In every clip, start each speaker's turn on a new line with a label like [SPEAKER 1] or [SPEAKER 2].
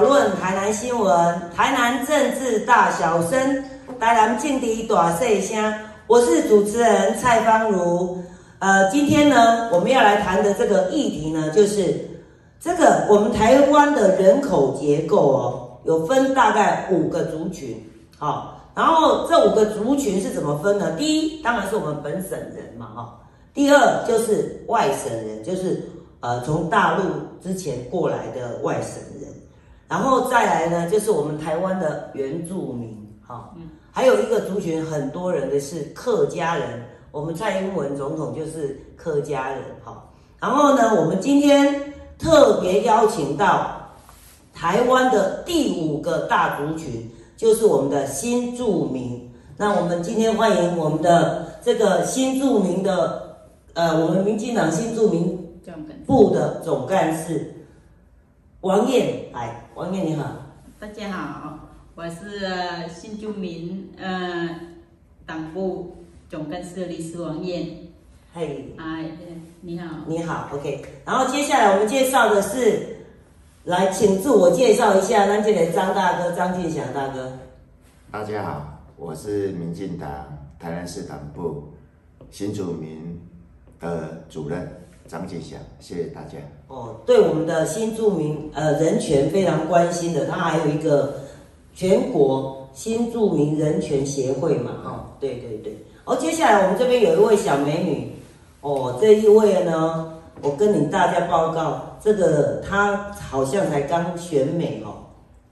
[SPEAKER 1] 南新闻、台南政治大小声、台南劲敌短碎声。我是主持人蔡芳如。呃，今天呢，我们要来谈的这个议题呢，就是这个我们台湾的人口结构哦，有分大概五个族群，好、然后这五个族群是怎么分呢？第一，当然是我们本省人嘛，哈、哦第二就是外省人，就是呃从大陆之前过来的外省人，然后再来呢就是我们台湾的原住民，哈、还有一个族群很多人的是客家人，我们蔡英文总统就是客家人，哈、然后呢，我们今天特别邀请到台湾的第五个大族群，就是我们的新住民。那我们今天欢迎我们的这个新住民的，呃，我们民进党新住民
[SPEAKER 2] 这样感觉。
[SPEAKER 1] 部的总干事王燕来，王燕你好，
[SPEAKER 2] 大家好，我是呃新住民呃党部总干事李思王燕。
[SPEAKER 1] 嘿，
[SPEAKER 2] 啊，呃你好，
[SPEAKER 1] 你好，OK。然后接下来我们介绍的是，来请自我介绍一下，咱这里张大哥张进祥大哥，
[SPEAKER 3] 大家好，我是民进党台南市党部新主民的主任张景祥，谢谢大家。
[SPEAKER 1] 哦，对我们的新住民呃人权非常关心的，他还有一个全国新住民人权协会嘛，哈、对对对。哦，接下来我们这边有一位小美女，哦，这一位呢，我跟你大家报告，这个她好像才刚选美哦，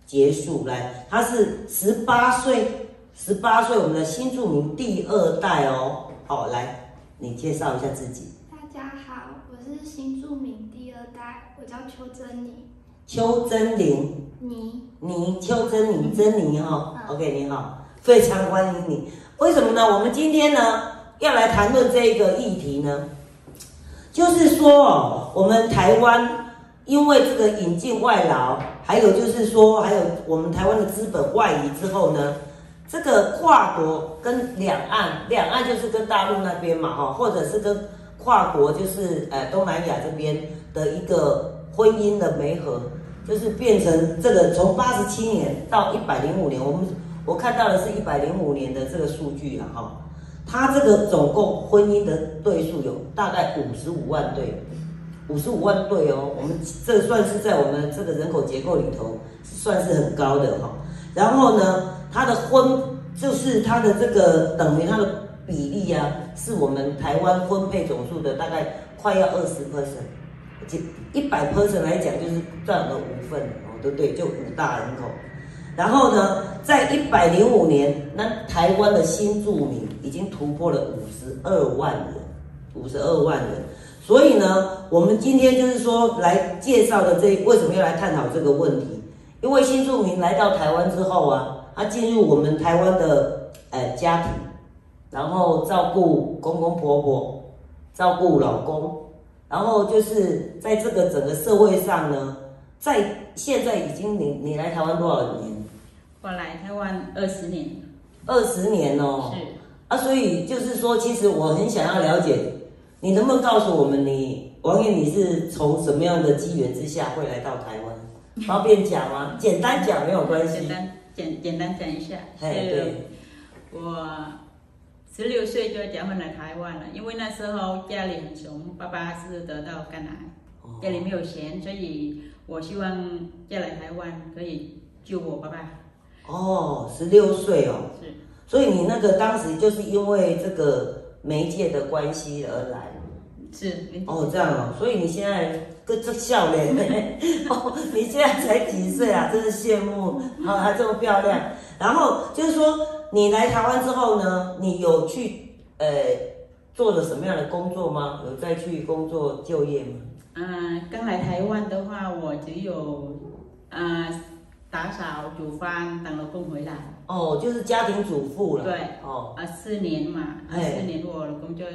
[SPEAKER 1] 结束来，她是十八岁，十八岁我们的新住民第二代哦，好、来，你介绍一下自己，
[SPEAKER 4] 大家好，我是新住民第二代，我叫邱珍妮。
[SPEAKER 1] 邱真玲。
[SPEAKER 4] 你
[SPEAKER 1] 你邱珍妮，珍妮哈、
[SPEAKER 4] 嗯
[SPEAKER 1] o k 你好，非常欢迎你。为什么呢？我们今天呢要来谈论这一个议题呢，就是说哦，我们台湾因为这个引进外劳，还有就是说，还有我们台湾的资本外移之后呢，这个跨国跟两岸，两岸就是跟大陆那边嘛，哈，或者是跟跨国就是呃东南亚这边的一个婚姻的媒合，就是变成这个从八十七年到一百零五年，我们我看到的是一百零五年的这个数据了哈。它这个总共婚姻的对数有大概五十五万对，五十五万对哦，我们这算是在我们这个人口结构里头算是很高的哈、然后呢，它的婚就是它的这个等于它的比例啊，是我们台湾婚配总数的大概快要二十 percent。就一百 person 来讲，就是占了五份哦，对不对？就五大人口。然后呢，在一百零五年，那台湾的新住民已经突破了五十二万人，五十二万人。所以呢，我们今天就是说来介绍的这为什么要来探讨这个问题？因为新住民来到台湾之后啊，他进入我们台湾的呃家庭，然后照顾公公婆婆，照顾老公，然后就是在这个整个社会上呢，在现在已经你你来台湾多少年？
[SPEAKER 2] 我来台湾二十年，
[SPEAKER 1] 二十年哦，
[SPEAKER 2] 是
[SPEAKER 1] 啊，所以就是说，其实我很想要了解，你能不能告诉我们你，王燕你是从什么样的机缘之下会来到台湾？方便讲吗？简单讲没有关
[SPEAKER 2] 简
[SPEAKER 1] 系。
[SPEAKER 2] 单简简单讲一下，
[SPEAKER 1] 嘿，
[SPEAKER 2] 是
[SPEAKER 1] 对，
[SPEAKER 2] 我十六岁就结婚来台湾了，因为那时候家里很穷，爸爸是得到肝癌，
[SPEAKER 1] 哦
[SPEAKER 2] 家里没有钱，所以我希望嫁来台湾可以救我爸爸。
[SPEAKER 1] 哦，十六岁哦，
[SPEAKER 2] 是
[SPEAKER 1] 所以你那个当时就是因为这个媒介的关系而来。
[SPEAKER 2] 是，没
[SPEAKER 1] 哦，这样哦，所以你现在跟这笑脸呢？ 哦，你现在才几岁啊？真是羡慕，啊，还这么漂亮。然后就是说，你来台湾之后呢，你有去呃做了什么样的工作吗？有再去工作就业吗？
[SPEAKER 2] 嗯，刚来台湾的话，我只有呃打扫、煮饭，等老公回来。
[SPEAKER 1] 哦，就是家庭主妇了。
[SPEAKER 2] 对
[SPEAKER 1] 哦，
[SPEAKER 2] 啊，四年嘛，啊
[SPEAKER 1] 哎
[SPEAKER 2] 四年我老公就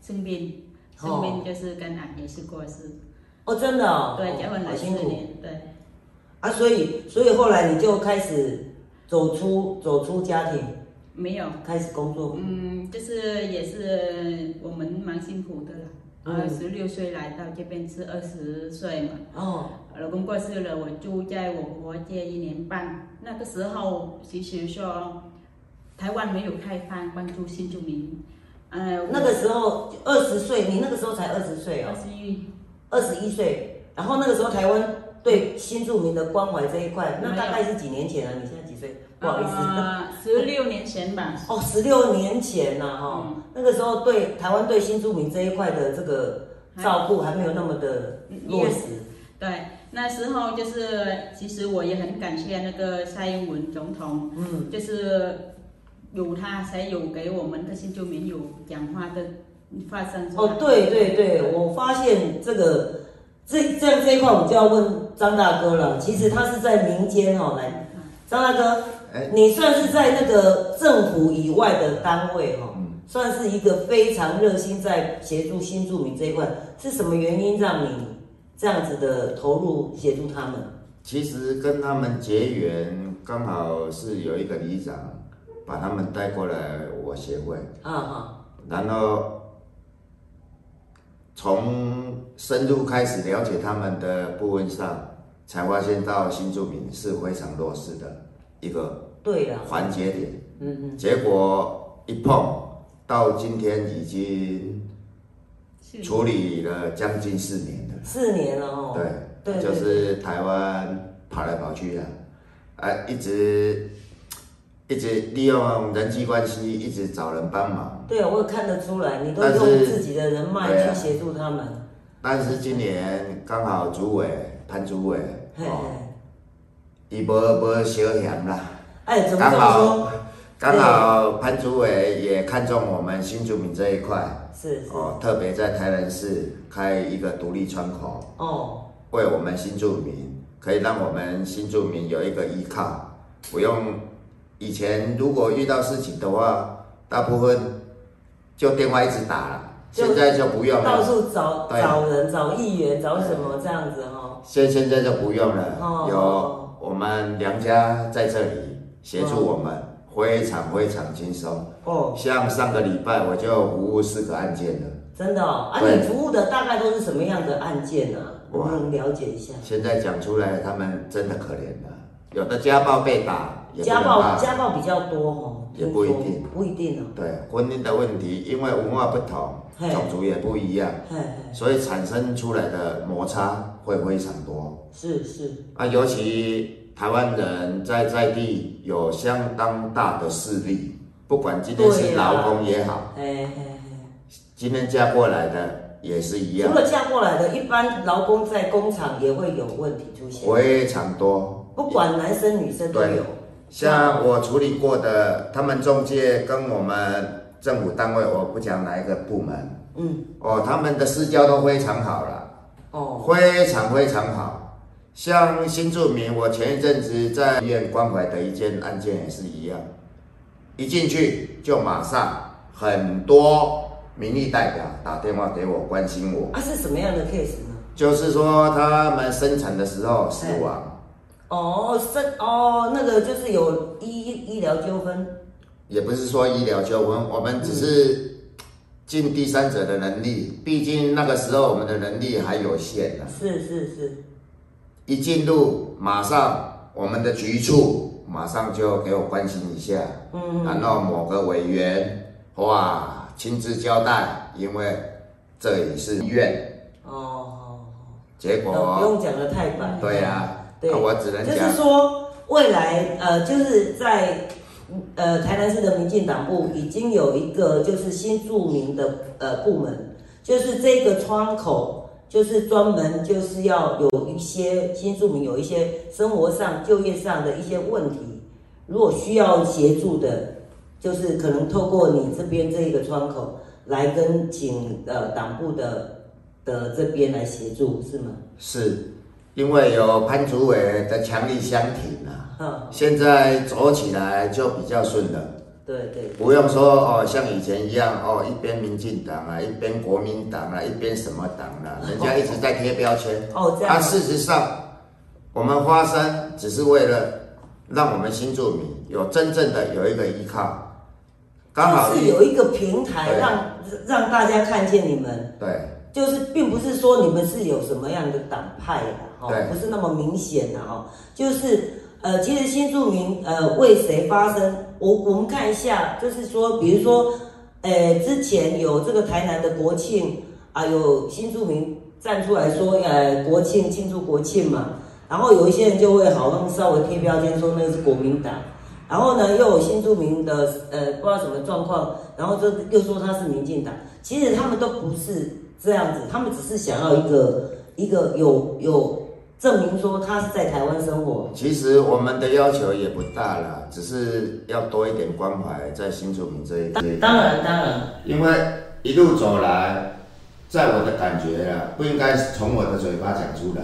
[SPEAKER 2] 生病，生病就是肝癌也是过世。
[SPEAKER 1] 哦，真的哦。
[SPEAKER 2] 对，
[SPEAKER 1] 哦
[SPEAKER 2] 结婚
[SPEAKER 1] 好
[SPEAKER 2] 了四
[SPEAKER 1] 辛苦
[SPEAKER 2] 年，对，
[SPEAKER 1] 啊，所以所以后来你就开始走出走出家庭，
[SPEAKER 2] 没有。
[SPEAKER 1] 开始工作。
[SPEAKER 2] 嗯，就是也是我们蛮辛苦的啦。呃
[SPEAKER 1] 嗯
[SPEAKER 2] 二十六岁来到这边是二十岁嘛，
[SPEAKER 1] 哦，
[SPEAKER 2] 老公过世了，我住在我婆家一年半。那个时候，其实说台湾没有开放帮助新住民，呃，
[SPEAKER 1] 那个时候二十岁，你那个时候才二十岁哦
[SPEAKER 2] 二，十一，
[SPEAKER 1] 二十一岁。然后那个时候台湾对新住民的关怀这一块，那大概是几年前啊？你现在几岁？不好意思。
[SPEAKER 2] 呃，十六年前吧，
[SPEAKER 1] 哦，十六年前呐、哈、
[SPEAKER 2] 嗯
[SPEAKER 1] 那个时候对台湾对新住民这一块的这个照顾还没有那么的落实。
[SPEAKER 2] 对，那时候就是，其实我也很感谢那个蔡英文总统，
[SPEAKER 1] 嗯，
[SPEAKER 2] 就是有他才有给我们的新住民有讲话的发生出来
[SPEAKER 1] 哦，对对对，我发现这个这这样这一块，我就要问张大哥了。其实他是在民间哦，来，张大哥，
[SPEAKER 3] 哎，
[SPEAKER 1] 你算是在那个政府以外的单位哦，
[SPEAKER 3] 嗯，
[SPEAKER 1] 算是一个非常热心在协助新住民这一块，是什么原因让你这样子的投入协助他们？
[SPEAKER 3] 其实跟他们结缘，刚好是有一个里长把他们带过来我协会，
[SPEAKER 1] 啊哈，
[SPEAKER 3] 然后从深入开始了解他们的部分上，才发现到新住民是非常弱势的一个
[SPEAKER 1] 对啦，
[SPEAKER 3] 环节点。
[SPEAKER 1] 嗯嗯。
[SPEAKER 3] 结果一碰到今天已经
[SPEAKER 2] 是
[SPEAKER 3] 处理了将近四年了，
[SPEAKER 1] 四年了哦。
[SPEAKER 3] 对，
[SPEAKER 1] 对
[SPEAKER 3] 就是台湾跑来跑去的，啊，一直一直利用人际关系，一直找人帮忙。
[SPEAKER 1] 对啊，我也看得出来，你都
[SPEAKER 3] 但是
[SPEAKER 1] 用自己的人
[SPEAKER 3] 对
[SPEAKER 1] 脉
[SPEAKER 3] 啊
[SPEAKER 1] 去协助他们。
[SPEAKER 3] 但是今年刚好主委潘主委
[SPEAKER 1] 嘿
[SPEAKER 3] 哦，
[SPEAKER 1] 嘿，
[SPEAKER 3] 伊无无小嫌啦，
[SPEAKER 1] 哎，怎么
[SPEAKER 3] 刚
[SPEAKER 1] 这么说？
[SPEAKER 3] 好刚好潘主委也看中我们新住民这一块
[SPEAKER 1] 是是
[SPEAKER 3] 哦，特别在台南市开一个独立窗口，
[SPEAKER 1] 哦，
[SPEAKER 3] 为我们新住民可以让我们新住民有一个依靠，不用以前如果遇到事情的话，大部分就电话一直打了，
[SPEAKER 1] 就
[SPEAKER 3] 现在就不用
[SPEAKER 1] 到
[SPEAKER 3] 了，
[SPEAKER 1] 处找
[SPEAKER 3] 对啊
[SPEAKER 1] 找人、找议员、找什么这样子哦。
[SPEAKER 3] 现现在就不用了，
[SPEAKER 1] 哦
[SPEAKER 3] 有。我们梁家在这里协助我们，非常非常轻松。
[SPEAKER 1] 哦，
[SPEAKER 3] 像上个礼拜我就服务四个案件了，
[SPEAKER 1] 真的哦。啊，
[SPEAKER 3] 对
[SPEAKER 1] 你服务的大概都是什么样的案件呢？能
[SPEAKER 3] 哇
[SPEAKER 1] 不能了解一下？
[SPEAKER 3] 现在讲出来他们真的可怜了，有的家暴被打，也不
[SPEAKER 1] 家
[SPEAKER 3] 能
[SPEAKER 1] 暴
[SPEAKER 3] 打。
[SPEAKER 1] 家暴比较多哦，
[SPEAKER 3] 也
[SPEAKER 1] 听
[SPEAKER 3] 不一
[SPEAKER 1] 说
[SPEAKER 3] 定
[SPEAKER 1] 不一定哦。
[SPEAKER 3] 对婚姻的问题，因为文化不同，
[SPEAKER 1] 嘿
[SPEAKER 3] 种族也不一样，
[SPEAKER 1] 嘿嘿，
[SPEAKER 3] 所以产生出来的摩擦会非常多。
[SPEAKER 1] 是是，
[SPEAKER 3] 啊，尤其台湾人在在地有相当大的势力，不管今天
[SPEAKER 1] 对
[SPEAKER 3] 是
[SPEAKER 1] 啊
[SPEAKER 3] 劳工也好。
[SPEAKER 1] 哎哎哎。
[SPEAKER 3] 今天嫁过来的也是一
[SPEAKER 1] 除
[SPEAKER 3] 样，
[SPEAKER 1] 了嫁过来的，一般劳工在工厂也会有问题出现。
[SPEAKER 3] 非常多。
[SPEAKER 1] 不管男生女生都有。
[SPEAKER 3] 像我处理过的，他们中介跟我们政府单位，我不讲哪一个部门
[SPEAKER 1] 嗯，
[SPEAKER 3] 哦，他们的私交都非常好了，
[SPEAKER 1] 哦，
[SPEAKER 3] 非常非常好。像新住民，我前一阵子在医院关怀的一件案件也是一样，一进去就马上很多民意代表打电话给我关心我，
[SPEAKER 1] 啊是什么样的 case 呢？
[SPEAKER 3] 就是说他们生产的时候死亡。
[SPEAKER 1] 哦，生哦，那个就是有医医疗纠纷，
[SPEAKER 3] 也不是说医疗纠纷，我们只
[SPEAKER 1] 嗯
[SPEAKER 3] 是尽第三者的能力，毕竟那个时候我们的能力还有限呢、
[SPEAKER 1] 是是是，
[SPEAKER 3] 一进入，马上我们的局处马上就给我关心一下，
[SPEAKER 1] 嗯，
[SPEAKER 3] 然后某个委员哇亲自交代，因为这里是医院，
[SPEAKER 1] 哦，
[SPEAKER 3] 结
[SPEAKER 1] 哦哦不
[SPEAKER 3] 果
[SPEAKER 1] 用讲的太白，
[SPEAKER 3] 对呀、
[SPEAKER 1] 对
[SPEAKER 3] 啊我只能
[SPEAKER 1] 就
[SPEAKER 3] 讲
[SPEAKER 1] 是说未来呃，就是在呃台南市的民进党部已经有一个就是新著名的呃部门，就是这个窗口。就是专门就是要有一些新住民有一些生活上、就业上的一些问题，如果需要协助的，就是可能透过你这边这一个窗口来跟请呃党部的的这边来协助，是吗？
[SPEAKER 3] 是因为有潘主委的强力相挺啊，
[SPEAKER 1] 嗯，
[SPEAKER 3] 现在走起来就比较顺了。
[SPEAKER 1] 对对
[SPEAKER 3] 不用说哦，像以前一样哦，一边民进党啊，一边国民党啊，一边什么党啊，人家一直在贴标签。
[SPEAKER 1] 哦，这样、
[SPEAKER 3] 啊，事实上，我们花山只是为了让我们新住民有真正的有一个依靠，刚好
[SPEAKER 1] 就是
[SPEAKER 3] 遇
[SPEAKER 1] 有一个平台
[SPEAKER 3] 对
[SPEAKER 1] 让让大家看见你们，
[SPEAKER 3] 对
[SPEAKER 1] 就是并不是说你们是有什么样的党派啦，哦
[SPEAKER 3] 对，
[SPEAKER 1] 不是那么明显的哦，就是呃，其实新住民呃为谁发声，我我们看一下，就是说，比如说，呃，之前有这个台南的国庆啊、有新住民站出来说，呃，国庆庆祝国庆嘛，然后有一些人就会好像稍微贴标签说那个是国民党。然后呢，又有新住民的呃不知道什么状况，然后就又说他是民进党，其实他们都不是这样子，他们只是想要一个一个有有证明说他是在台湾生活，
[SPEAKER 3] 其实我们的要求也不大了，只是要多一点关怀在新住民这一这一
[SPEAKER 1] 当然当然。
[SPEAKER 3] 因为一路走来，在我的感觉啊，不应该从我的嘴巴讲出来。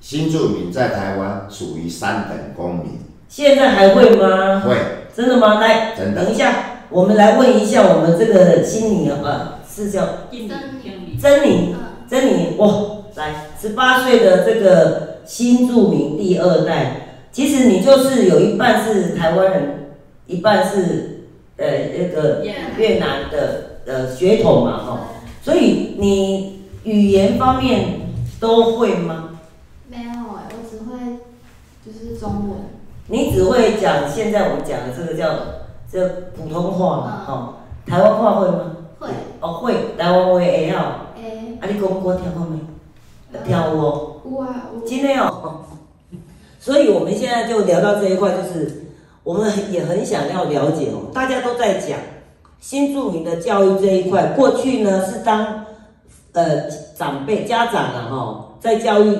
[SPEAKER 3] 新住民在台湾属于三等公民，
[SPEAKER 1] 现在还会吗？
[SPEAKER 3] 会
[SPEAKER 1] 真的吗？来，
[SPEAKER 3] 真的
[SPEAKER 1] 等一下，我们来问一下我们这个心理啊，是叫
[SPEAKER 2] 经理经理，
[SPEAKER 1] 珍妮，
[SPEAKER 4] 嗯，
[SPEAKER 5] 呃
[SPEAKER 1] 珍妮，哇，来，十八岁的这个新住民第二代，其实你就是有一半是台湾人，一半是呃那个越南的呃血统嘛，哈，所以你语言方面都会吗？
[SPEAKER 5] 没有哎、我只会就是中文。
[SPEAKER 1] 你只会讲现在我们讲的这个叫这普通话嘛，哦，台湾话会吗？
[SPEAKER 5] 会
[SPEAKER 1] 哦，会，台湾话会晓。啊，
[SPEAKER 5] 诶、
[SPEAKER 1] 你讲我听过没？
[SPEAKER 5] 呃
[SPEAKER 1] 听有哦。
[SPEAKER 5] 有啊有。
[SPEAKER 1] 今天哦，所以我们现在就聊到这一块，就是我们也很想要了解哦，大家都在讲新住民的教育这一块，过去呢是当呃长辈家长啊哈、哦，在教育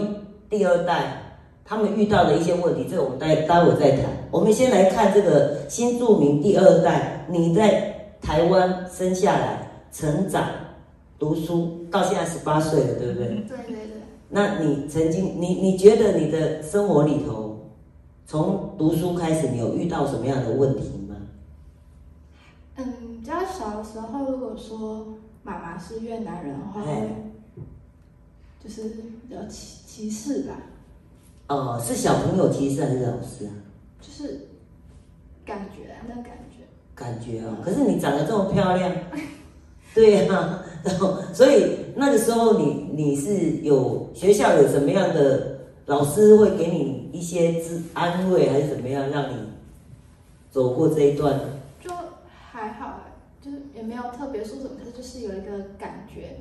[SPEAKER 1] 第二代他们遇到的一些问题，这个我们待待会再谈。我们先来看这个新住民第二代，你在台湾生下来、成长、读书，到现在十八岁了，对不对？
[SPEAKER 4] 对对对，
[SPEAKER 1] 那你曾经，你你觉得你的生活里头，从读书开始，你有遇到什么样的问题吗？
[SPEAKER 5] 嗯，比较小的时候，如果说妈妈是越南人的话，
[SPEAKER 1] 哎
[SPEAKER 5] 会就是比较歧歧视吧，
[SPEAKER 1] 呃，是小朋友歧视还是老师啊？
[SPEAKER 5] 就是感觉啊，那感觉。
[SPEAKER 1] 感觉哦，可是你长得这么漂亮， 对呀、然后 所以那个时候你你是有学校有什么样的老师会给你一些支安慰还是怎么样，让你走过这一段？
[SPEAKER 5] 就还好啊，就是也没有特别说什么，可是就是有一个感觉，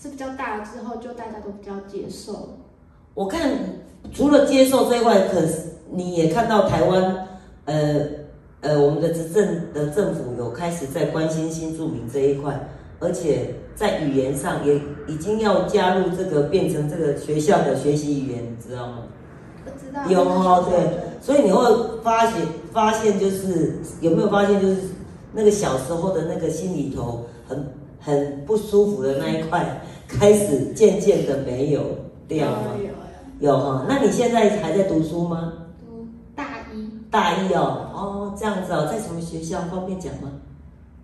[SPEAKER 5] 是比较大了之后，就大家都比较接受。
[SPEAKER 1] 我看除了接受这一块，可是你也看到台湾，呃呃，我们的执政的政府有开始在关心新住民这一块，而且在语言上也已经要加入这个变成这个学校的学习语言，你知道吗？
[SPEAKER 5] 我知道
[SPEAKER 1] 有哦
[SPEAKER 5] 那个时候
[SPEAKER 1] 对
[SPEAKER 5] 就
[SPEAKER 1] 所以你会发现，发现就是有没有发现，就是那个小时候的那个心里头很很不舒服的那一块，开始渐渐的没有掉吗？
[SPEAKER 5] 有有
[SPEAKER 1] 有哈，那你现在还在读书吗？
[SPEAKER 5] 有读大一
[SPEAKER 1] 大一哦，哦，这样子哦，在什么学校方便讲吗？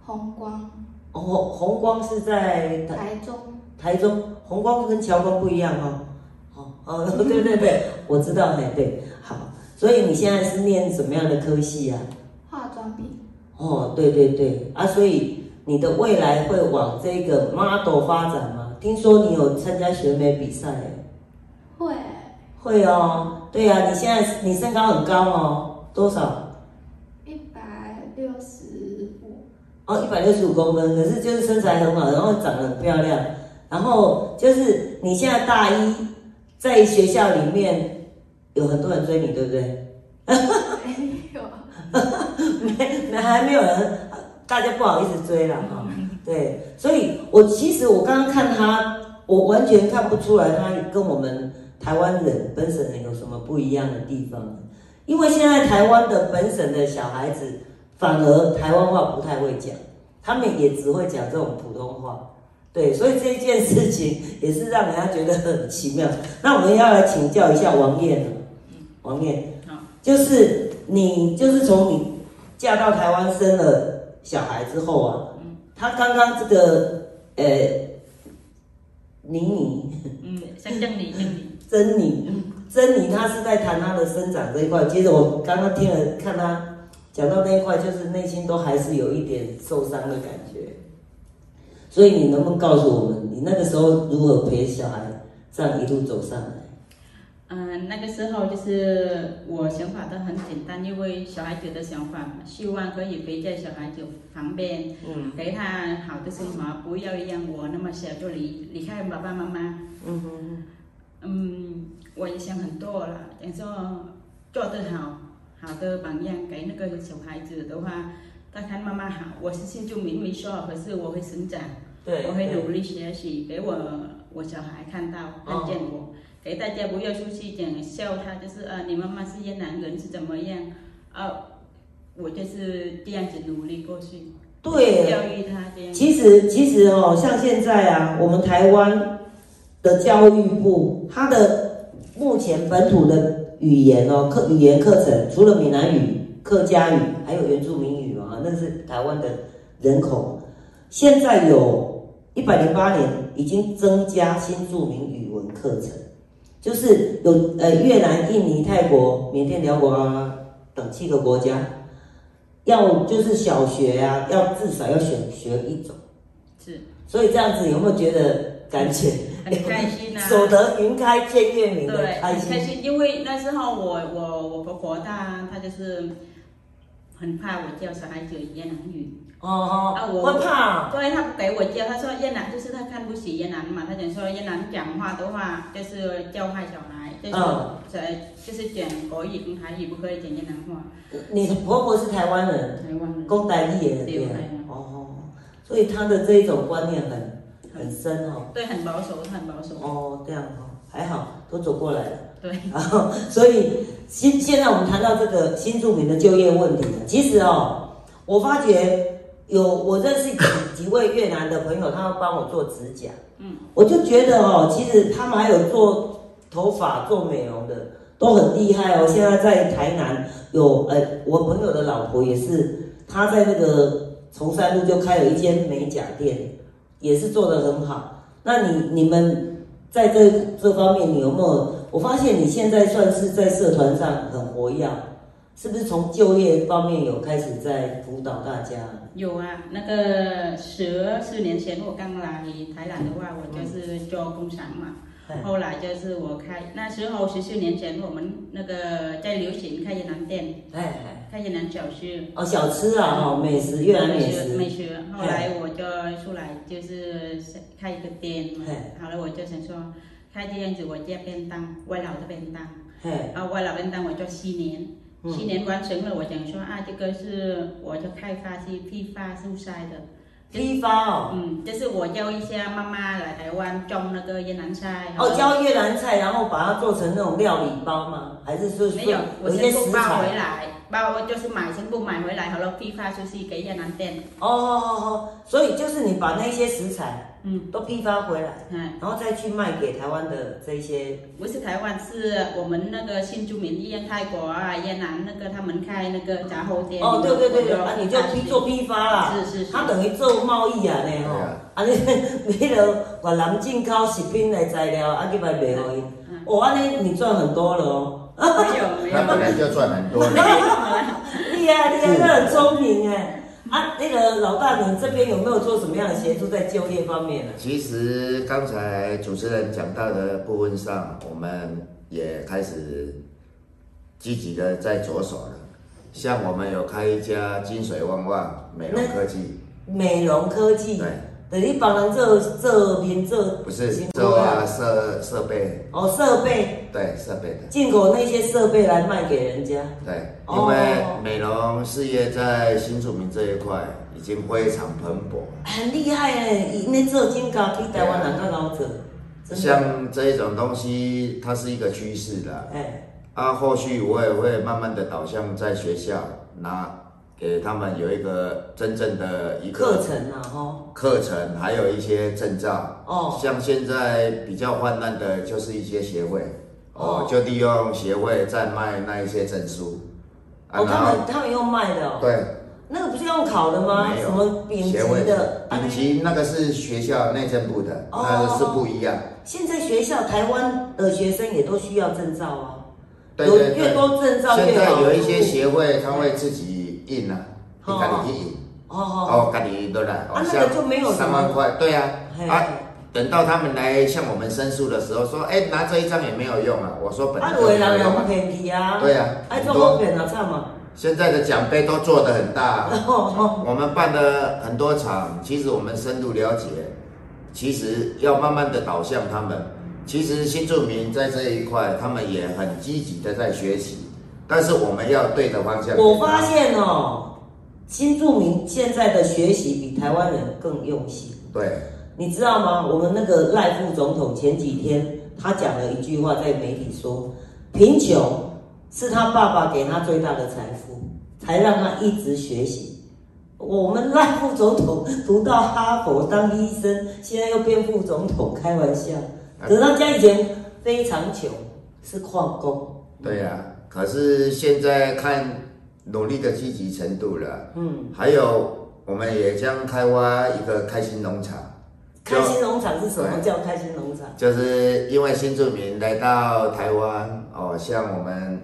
[SPEAKER 5] 红光
[SPEAKER 1] 哦，红光是在台
[SPEAKER 5] 台中，
[SPEAKER 1] 台中，红光跟侨光不一样哦。哦哦，对对对，我知道，哎对，好，所以你现在是念什么样的科系啊？
[SPEAKER 5] 化妆品
[SPEAKER 1] 哦，对对对，啊，所以你的未来会往这个 model 发展吗？听说你有参加选美比赛，
[SPEAKER 5] 会
[SPEAKER 1] 会哦，对啊，你现在你身高很高哦，多少？
[SPEAKER 5] 一百六十五，
[SPEAKER 1] 哦，一百六十五公分，可是就是身材很好，然后长得很漂亮，然后就是你现在大一，在学校里面有很多人追你，对不对？
[SPEAKER 5] 没有
[SPEAKER 1] 没，没还没有人，大家不好意思追了哈、对，所以我其实我刚刚看他，我完全看不出来他跟我们台湾人本省人有什么不一样的地方，因为现在台湾的本省的小孩子反而台湾话不太会讲，他们也只会讲这种普通话。对，所以这件事情也是让人家觉得很奇妙。那我们要来请教一下王燕了，王燕
[SPEAKER 2] 好，
[SPEAKER 1] 就是你，就是从你嫁到台湾生了小孩之后啊，她刚刚这个呃，妮妮
[SPEAKER 2] 嗯，像经理经理，
[SPEAKER 1] 珍妮，珍妮她是在谈她的生长这一块。其实我刚刚听了看她讲到那一块，就是内心都还是有一点受伤的感觉。所以你能不能告诉我们，你那个时候如何陪小孩这样一路走上来？
[SPEAKER 2] 嗯、那个时候就是我想法都很简单，因为小孩子的想法，希望可以陪在小孩子旁边，
[SPEAKER 1] 嗯
[SPEAKER 2] 给他好的生活，不要让我那么小就离离开爸爸妈妈。
[SPEAKER 1] 嗯哼，
[SPEAKER 2] 嗯，我也想很多了，想说做得好，好的榜样给那个小孩子的话，他看妈妈好，我是心中明明说，可是我会成长。
[SPEAKER 1] 对，
[SPEAKER 2] 我会努力学习，给我我小孩看到看见我，给大家不要出去讲笑他，就是呃你妈妈是越南人是怎么样，呃，我就是这样子努力过去，
[SPEAKER 1] 对
[SPEAKER 2] 教育他这样。
[SPEAKER 1] 其实，其实哦，像现在啊，我们台湾的教育部，它的目前本土的语言哦，课语言课程，除了闽南语、客家语，还有原住民语啊，那是台湾的人口。现在有一百零八年已经增加新著名语文课程，就是有呃越南、印尼、泰国、缅甸、辽国啊等七个国家，要就是小学啊，要至少要选学一种。
[SPEAKER 2] 是
[SPEAKER 1] 所以这样子有没有觉得感觉
[SPEAKER 2] 很开心啊。
[SPEAKER 1] 守得云开见月明的
[SPEAKER 2] 对，
[SPEAKER 1] 开
[SPEAKER 2] 很开
[SPEAKER 1] 心？
[SPEAKER 2] 心，因为那时候我我我婆婆她她就是很怕我教小孩子越南语，
[SPEAKER 1] 哦哦
[SPEAKER 2] 啊，我
[SPEAKER 1] 会怕
[SPEAKER 2] 对他给我教，他说越南就是他看不起越南嘛，他讲说越南讲话的话就是教坏小孩，就是、
[SPEAKER 1] 嗯
[SPEAKER 2] 就是讲国语跟台语不可以讲越南话，
[SPEAKER 1] 你婆婆是台湾人，
[SPEAKER 2] 台湾人
[SPEAKER 1] 公台语也对
[SPEAKER 2] 对
[SPEAKER 1] 啊
[SPEAKER 2] 台湾
[SPEAKER 1] 哦，所以她的这一种观念很很深哦。
[SPEAKER 2] 对很保守，很保守，
[SPEAKER 1] 哦，这样哦，还好都走过来了。
[SPEAKER 2] 对，
[SPEAKER 1] 然后，所以现现在我们谈到这个新住民的就业问题呢，其实哦，我发觉有我认识几 几位越南的朋友，他们帮我做指甲，
[SPEAKER 2] 嗯，
[SPEAKER 1] 我就觉得哦，其实他们还有做头发、做美容的，都很厉害哦。现在在台南有呃，我朋友的老婆也是，她在那个崇山路就开了一间美甲店，也是做得很好。那你你们在这这方面，你有没有？我发现你现在算是在社团上很活跃，哦是不是从就业方面有开始在辅导大家？
[SPEAKER 2] 有啊，那个十四年前我刚来台南的话，我就是做工厂嘛。
[SPEAKER 1] 哎
[SPEAKER 2] 后来就是我开，那时候十四年前我们那个在流行开越南店，
[SPEAKER 1] 哎哎，
[SPEAKER 2] 开越南小吃，
[SPEAKER 1] 哦，小吃啊，哦，美食，越南美食，
[SPEAKER 2] 美学。后来我就出来就是开一个店嘛
[SPEAKER 1] 哎，
[SPEAKER 2] 后来我就想说，开这样子我接便当，外劳的便当，
[SPEAKER 1] 嘿，
[SPEAKER 2] 啊，外劳便当我做七年，
[SPEAKER 1] 嗯
[SPEAKER 2] 七年完成了，我想说啊，这个是我就开发是批发蔬菜的。
[SPEAKER 1] 批发哦，
[SPEAKER 2] 嗯，就是我教一下妈妈来台湾种那个越南菜。
[SPEAKER 1] 哦，教越南菜，然后把它做成那种料理包吗？还是说
[SPEAKER 2] 没有，我
[SPEAKER 1] 有一些
[SPEAKER 2] 全
[SPEAKER 1] 食
[SPEAKER 2] 部包
[SPEAKER 1] 材
[SPEAKER 2] 回？来，包就是买全部买回来，好了批发出去给越南店。
[SPEAKER 1] 哦哦哦哦，所以就是你把那些食材
[SPEAKER 2] 嗯，
[SPEAKER 1] 都批发回来，
[SPEAKER 2] 嗯。
[SPEAKER 1] 然后再去卖给台湾的这些
[SPEAKER 2] 不是台湾，是我们那个新住民医院、泰国啊、越南那个他们开那个杂货店。
[SPEAKER 1] 哦，对对对对，
[SPEAKER 2] 我
[SPEAKER 1] 啊，你就批做批发啦，
[SPEAKER 2] 是是是
[SPEAKER 1] 他等于做贸易啊，呢吼
[SPEAKER 3] 对啊，
[SPEAKER 1] 啊，你 你迄个越南进口食品的材料，啊，去卖卖互伊
[SPEAKER 2] 嗯，
[SPEAKER 1] 哦，安尼你赚很多了哦，
[SPEAKER 2] 没有没
[SPEAKER 3] 他
[SPEAKER 2] 有
[SPEAKER 3] 本来就赚很多了。
[SPEAKER 1] 厉害厉害，那很聪明哎。啊，那个老大，你这边有没有做什么样的协助在就业方面呢？啊
[SPEAKER 3] 其实刚才主持人讲到的部分上，我们也开始积极的在着手了。像我们有开一家金水旺旺美容科技，
[SPEAKER 1] 美容科技，
[SPEAKER 3] 对，
[SPEAKER 1] 等于帮人做做面做，
[SPEAKER 3] 不是
[SPEAKER 1] 辛苦
[SPEAKER 3] 做
[SPEAKER 1] 啊
[SPEAKER 3] 设设备，
[SPEAKER 1] 哦，设备
[SPEAKER 3] 对设备的，
[SPEAKER 1] 进口那些设备来卖给人家，
[SPEAKER 3] 对，
[SPEAKER 1] 哦
[SPEAKER 3] 因为美容事业在新住民这一块已经非常蓬勃了。
[SPEAKER 1] 很厉害哎，伊那做金咖比台湾人较老者，真的。
[SPEAKER 3] 像这一种东西，它是一个趋势的，
[SPEAKER 1] 哎，
[SPEAKER 3] 啊，后续我也会慢慢的导向在学校拿给他们有一个真正的一
[SPEAKER 1] 课
[SPEAKER 3] 个
[SPEAKER 1] 程啊，吼，
[SPEAKER 3] 课程，还有一些证照。
[SPEAKER 1] 哦，
[SPEAKER 3] 像现在比较患难的就是一些协会，
[SPEAKER 1] 哦
[SPEAKER 3] 哦，就利用协会在卖那一些证书，啊，
[SPEAKER 1] 哦，他
[SPEAKER 3] 然后
[SPEAKER 1] 们他们用卖的哦，
[SPEAKER 3] 对，
[SPEAKER 1] 那个不是用考的吗？
[SPEAKER 3] 没有
[SPEAKER 1] 什么丙级
[SPEAKER 3] 协会
[SPEAKER 1] 的，啊
[SPEAKER 3] 丙级那个是学校内政部的，
[SPEAKER 1] 哦
[SPEAKER 3] 那个是不一样。
[SPEAKER 1] 现在学校台湾的学生也都需要证照啊，
[SPEAKER 3] 对对
[SPEAKER 1] 有越
[SPEAKER 3] 对，
[SPEAKER 1] 多证照
[SPEAKER 3] 现
[SPEAKER 1] 越
[SPEAKER 3] 在
[SPEAKER 1] 好。
[SPEAKER 3] 有一些协会他会自己印啊，你
[SPEAKER 1] 哦
[SPEAKER 3] 赶紧去印。
[SPEAKER 1] 哦哦，
[SPEAKER 3] 哦，家己都来，
[SPEAKER 1] 啊
[SPEAKER 3] 哦，
[SPEAKER 1] 那个就没有什么
[SPEAKER 3] 三万块，对呀、
[SPEAKER 1] 嘿
[SPEAKER 3] 啊，等到他们来向我们申诉的时候，说，哎，拿这一张也没有用啊。我说本来
[SPEAKER 1] 啊，
[SPEAKER 3] 就
[SPEAKER 1] 有的
[SPEAKER 3] 没有
[SPEAKER 1] 人
[SPEAKER 3] 用
[SPEAKER 1] 人
[SPEAKER 3] 啊。
[SPEAKER 1] 骗去啊，
[SPEAKER 3] 对啊，
[SPEAKER 1] 哎，
[SPEAKER 3] 很
[SPEAKER 1] 做好
[SPEAKER 3] 多
[SPEAKER 1] 骗啊，惨嘛，
[SPEAKER 3] 现在的奖杯都做得很大啊、
[SPEAKER 1] 哦
[SPEAKER 3] 我们办了很多场，其实我们深入了解，其实要慢慢的导向他们。其实新住民在这一块，他们也很积极的在学习，但是我们要对的方向。
[SPEAKER 1] 我发现哦，新住民现在的学习比台湾人更用心。
[SPEAKER 3] 对，
[SPEAKER 1] 你知道吗？我们那个赖副总统前几天他讲了一句话，在媒体说，贫穷是他爸爸给他最大的财富，才让他一直学习。我们赖副总统读到哈佛当医生，现在又变副总统，开玩笑。
[SPEAKER 3] 哎
[SPEAKER 1] 可是他家以前非常穷，是矿工，
[SPEAKER 3] 对呀、可是现在看努力的积极程度了，
[SPEAKER 1] 嗯，
[SPEAKER 3] 还有我们也将开挖一个开心农场。
[SPEAKER 1] 开心农场是什么叫开心农场？
[SPEAKER 3] 就是因为新住民来到台湾哦，像我们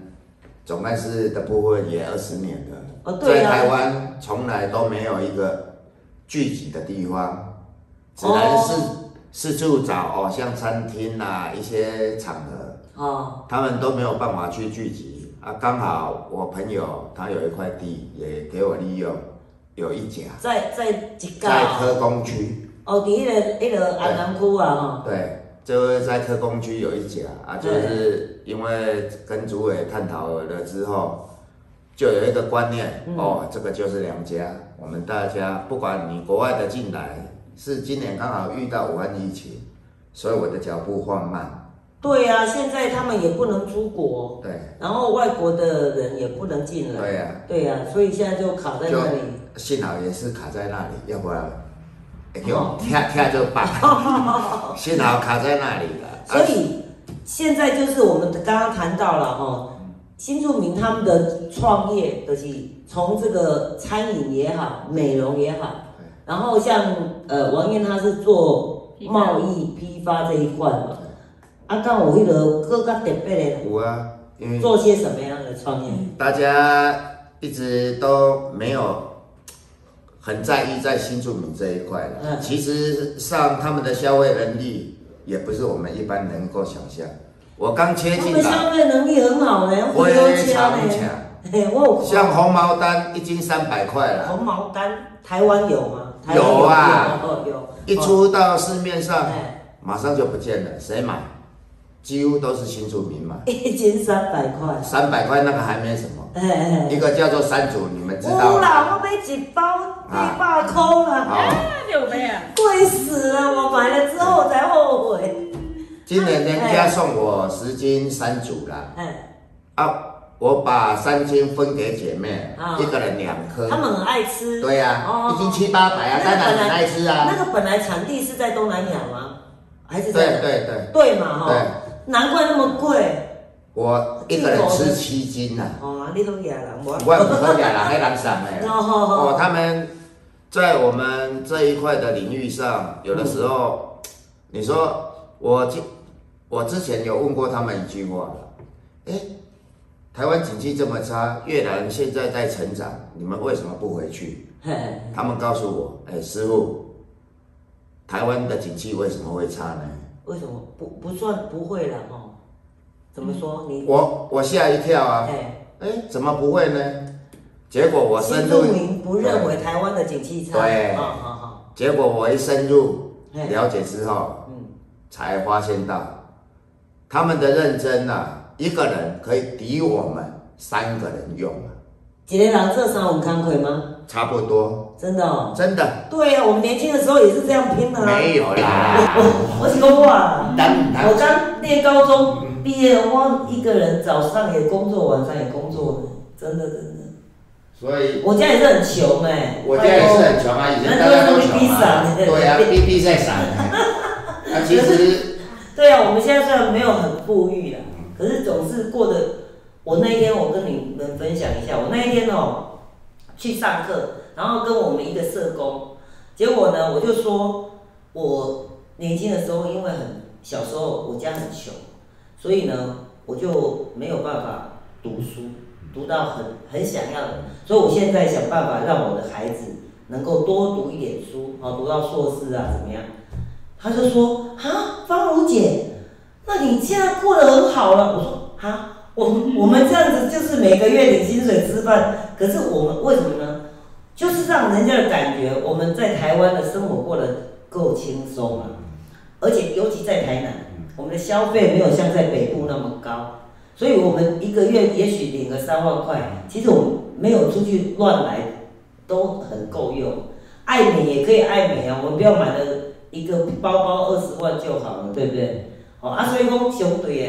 [SPEAKER 3] 总干事的部分也二十年了，
[SPEAKER 1] 哦对啊
[SPEAKER 3] 在台湾从来都没有一个聚集的地方，只能是
[SPEAKER 1] 哦
[SPEAKER 3] 四处找哦，像餐厅啦、一些场合，
[SPEAKER 1] 哦，
[SPEAKER 3] 他们都没有办法去聚集啊。刚好我朋友他有一块地也给我利用，有一甲
[SPEAKER 1] 在在一啊家
[SPEAKER 3] 在科工区，
[SPEAKER 1] 哦，伫迄、个迄、个安南区啊吼。
[SPEAKER 3] 对，就是在特工区有一家啊，就是因为跟主委探讨了之后，就有一个观念、
[SPEAKER 1] 嗯
[SPEAKER 3] 哦，这个就是良家。我们大家不管你国外的进来，是今年刚好遇到武汉疫情，所以我的脚步放慢。
[SPEAKER 1] 对呀、现在他们也不能出国，
[SPEAKER 3] 对
[SPEAKER 1] 然后外国的人也不能进来。
[SPEAKER 3] 对呀、
[SPEAKER 1] 对呀、所以现在就卡在
[SPEAKER 3] 就
[SPEAKER 1] 那里。
[SPEAKER 3] 幸好也是卡在那里，要不然，哎
[SPEAKER 1] 哦
[SPEAKER 3] 呦，跳跳就罢 了。幸好卡在那里了。啊
[SPEAKER 1] 所以现在就是我们刚刚谈到了哈，新住民他们的创业，就是从这个餐饮也好，美容也好，然后像呃王燕她是做
[SPEAKER 2] 批发
[SPEAKER 1] 贸易批发这一块嘛，啊，刚有迄个更加特别
[SPEAKER 3] 有啊，因为
[SPEAKER 1] 的，做些什么样的创业？
[SPEAKER 3] 大家一直都没有很在意在新住民这一块了。
[SPEAKER 1] 嗯
[SPEAKER 3] 其实上他们的消费能力也不是我们一般能够想象。我刚切
[SPEAKER 1] 他
[SPEAKER 3] 进
[SPEAKER 1] 们
[SPEAKER 3] 来，
[SPEAKER 1] 消费能力很好呢，回头
[SPEAKER 3] 非
[SPEAKER 1] 家
[SPEAKER 3] 常
[SPEAKER 1] 呢。
[SPEAKER 3] 强，
[SPEAKER 1] 嘿，我有看
[SPEAKER 3] 像红毛丹一斤三百块了，
[SPEAKER 1] 红毛丹，台湾有吗？台湾
[SPEAKER 3] 有啊
[SPEAKER 1] 有有有
[SPEAKER 3] 一出啊到市面上
[SPEAKER 1] 哎
[SPEAKER 3] 马上就不见了，谁买？几乎都是新住民买，
[SPEAKER 1] 一斤三百块，
[SPEAKER 3] 三百块那个还没什么，
[SPEAKER 1] 哎哎
[SPEAKER 3] 一，个叫做山竹，你们知道
[SPEAKER 1] 有啦，
[SPEAKER 3] 吗？
[SPEAKER 1] 我买一包八百块啦，
[SPEAKER 3] 好。
[SPEAKER 2] 六倍啊！
[SPEAKER 1] 贵死了，我买了之后才后悔。
[SPEAKER 3] 今年人家送我十斤三组啦，
[SPEAKER 1] 哎，
[SPEAKER 3] 啊，我把三斤分给姐妹
[SPEAKER 1] 啊，
[SPEAKER 3] 一个人两颗
[SPEAKER 1] 他。们很爱吃。
[SPEAKER 3] 嗯对呀、
[SPEAKER 1] 哦
[SPEAKER 3] 一斤七八百啊，当然很爱吃啊
[SPEAKER 1] 那。个本来产地是在东南亚吗？还是
[SPEAKER 3] 对
[SPEAKER 1] 在？
[SPEAKER 3] 对对，
[SPEAKER 1] 对嘛哈
[SPEAKER 3] 对，
[SPEAKER 1] 难怪那么贵。
[SPEAKER 3] 我一个人吃七斤呐、啊，
[SPEAKER 1] 哦，你都也了，我
[SPEAKER 3] 我五分两啦，还难上哎。哦，
[SPEAKER 1] 哦，
[SPEAKER 3] 他们在我们这一块的领域上，有的时候，你说我之我之前有问过他们一句话了，哎，台湾经济这么差，越南现在在成长，你们为什么不回去？
[SPEAKER 1] 嘿
[SPEAKER 3] 他们告诉我，哎，师傅，台湾的景气为什么会差呢？
[SPEAKER 1] 为什么不不算不会了哈？怎么说你？
[SPEAKER 3] 我嗯我吓一跳啊，
[SPEAKER 1] 哎，
[SPEAKER 3] 哎，怎么不会呢？结果我深
[SPEAKER 1] 新
[SPEAKER 3] 入
[SPEAKER 1] 住，民不认为台湾的景气差。啊
[SPEAKER 3] 对
[SPEAKER 1] 好好好，
[SPEAKER 3] 结果我一深入
[SPEAKER 1] 哎
[SPEAKER 3] 了解之后，
[SPEAKER 1] 嗯，
[SPEAKER 3] 才发现到他们的认真啊，一个人可以抵我们三个人用啊，
[SPEAKER 1] 一个人做三五工课吗？
[SPEAKER 3] 差不多，
[SPEAKER 1] 真的哦。
[SPEAKER 3] 真的
[SPEAKER 1] 对呀、我们年轻的时候也是这样拼的啊。
[SPEAKER 3] 没 有啦。
[SPEAKER 1] 我我是讲我啊，
[SPEAKER 3] 当然
[SPEAKER 1] 我刚念高
[SPEAKER 3] 嗯
[SPEAKER 1] 中毕业，我一个人早上也工作，晚上也工作，真的真的。
[SPEAKER 3] 所以
[SPEAKER 1] 我家也是很穷哎、
[SPEAKER 3] 我家也是很穷啊，以前大家都穷啊，对啊，逼逼在闪啊。啊，其实
[SPEAKER 1] 对啊，我们现在虽然没有很富裕啊，可是总是过得。我那一天我跟你们分享一下，我那一天哦去上课，然后跟我们一个社工，结果呢我就说，我年轻的时候因为很小时候我家很穷，所以呢我就没有办法读书，读到很很想要的，所以我现在想办法让我的孩子能够多读一点书，哦读到硕士啊怎么样。他就说啊，芳如姐，那你现在过得很好了。我说啊，我我们这样子就是每个月领薪水吃饭，可是我们为什么呢？就是让人家的感觉我们在台湾的生活过得够轻松啊了、而且尤其在台南，我们的消费没有像在北部那么高，所以我们一个月也许领个三万块，其实我们没有出去乱来，都很够用。爱美也可以爱美啊，我们不要买了一个包包二十万就好了，对不对？哦啊，所以讲相对的，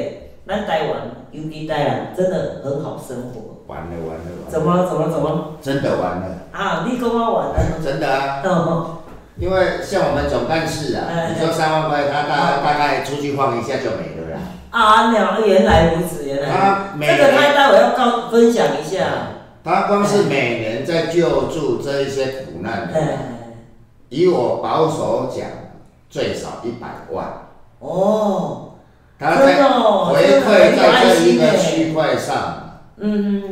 [SPEAKER 1] 咱台湾尤其台南真的很好生活。
[SPEAKER 3] 完了完了完了，
[SPEAKER 1] 怎么了？怎么了？怎么了？
[SPEAKER 3] 真的完了，
[SPEAKER 1] 啊，你跟我玩
[SPEAKER 3] 哎
[SPEAKER 1] 的，
[SPEAKER 3] 真的啊。
[SPEAKER 1] 嗯，
[SPEAKER 3] 因为像我们总干事啊，
[SPEAKER 1] 哎
[SPEAKER 3] 你说三万块，他大大概出去晃一下就没了啦。
[SPEAKER 1] 啊，鸟原来如此，原来
[SPEAKER 3] 他
[SPEAKER 1] 这
[SPEAKER 3] 每
[SPEAKER 1] 个他
[SPEAKER 3] 年，
[SPEAKER 1] 待会要告分享一下，
[SPEAKER 3] 他光是每年在救助这一些苦难的，
[SPEAKER 1] 哎，
[SPEAKER 3] 以我保守讲，最少一百万，
[SPEAKER 1] 哦，
[SPEAKER 3] 他
[SPEAKER 1] 真
[SPEAKER 3] 在
[SPEAKER 1] 的哦
[SPEAKER 3] 回
[SPEAKER 1] 真的很
[SPEAKER 3] 馈
[SPEAKER 1] 有
[SPEAKER 3] 在
[SPEAKER 1] 爱
[SPEAKER 3] 这一
[SPEAKER 1] 心
[SPEAKER 3] 个
[SPEAKER 1] 耶
[SPEAKER 3] 区块上。
[SPEAKER 1] 嗯嗯嗯，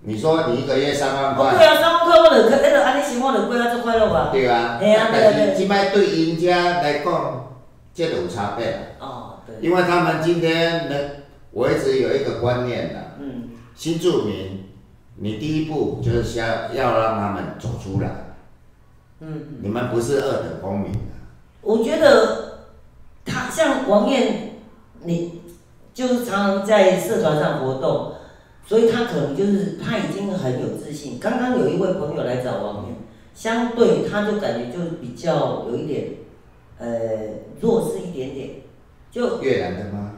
[SPEAKER 3] 你说你一个月三万
[SPEAKER 1] 哦
[SPEAKER 3] 块，
[SPEAKER 1] 对啊，三万块我就可，那个安尼生活就过啊，足快乐吧？
[SPEAKER 3] 对啊，
[SPEAKER 1] 哎呀对啊
[SPEAKER 3] 但
[SPEAKER 1] 对啊
[SPEAKER 3] 是即摆对人家来讲，这有差别啊，
[SPEAKER 1] 哦，对，
[SPEAKER 3] 因为他们今天呢，我一直有一个观念啊。
[SPEAKER 1] 嗯，
[SPEAKER 3] 新住民，你第一步就是要要让他们走出来。
[SPEAKER 1] 嗯，
[SPEAKER 3] 你们不是二等公民啊，
[SPEAKER 1] 我觉得他像王燕，你就是常常在社团上活动，所以他可能就是他已经很有自信。刚刚有一位朋友来找王燕，相对他就感觉就比较有一点，呃，弱势一点点，就
[SPEAKER 3] 越南的吗？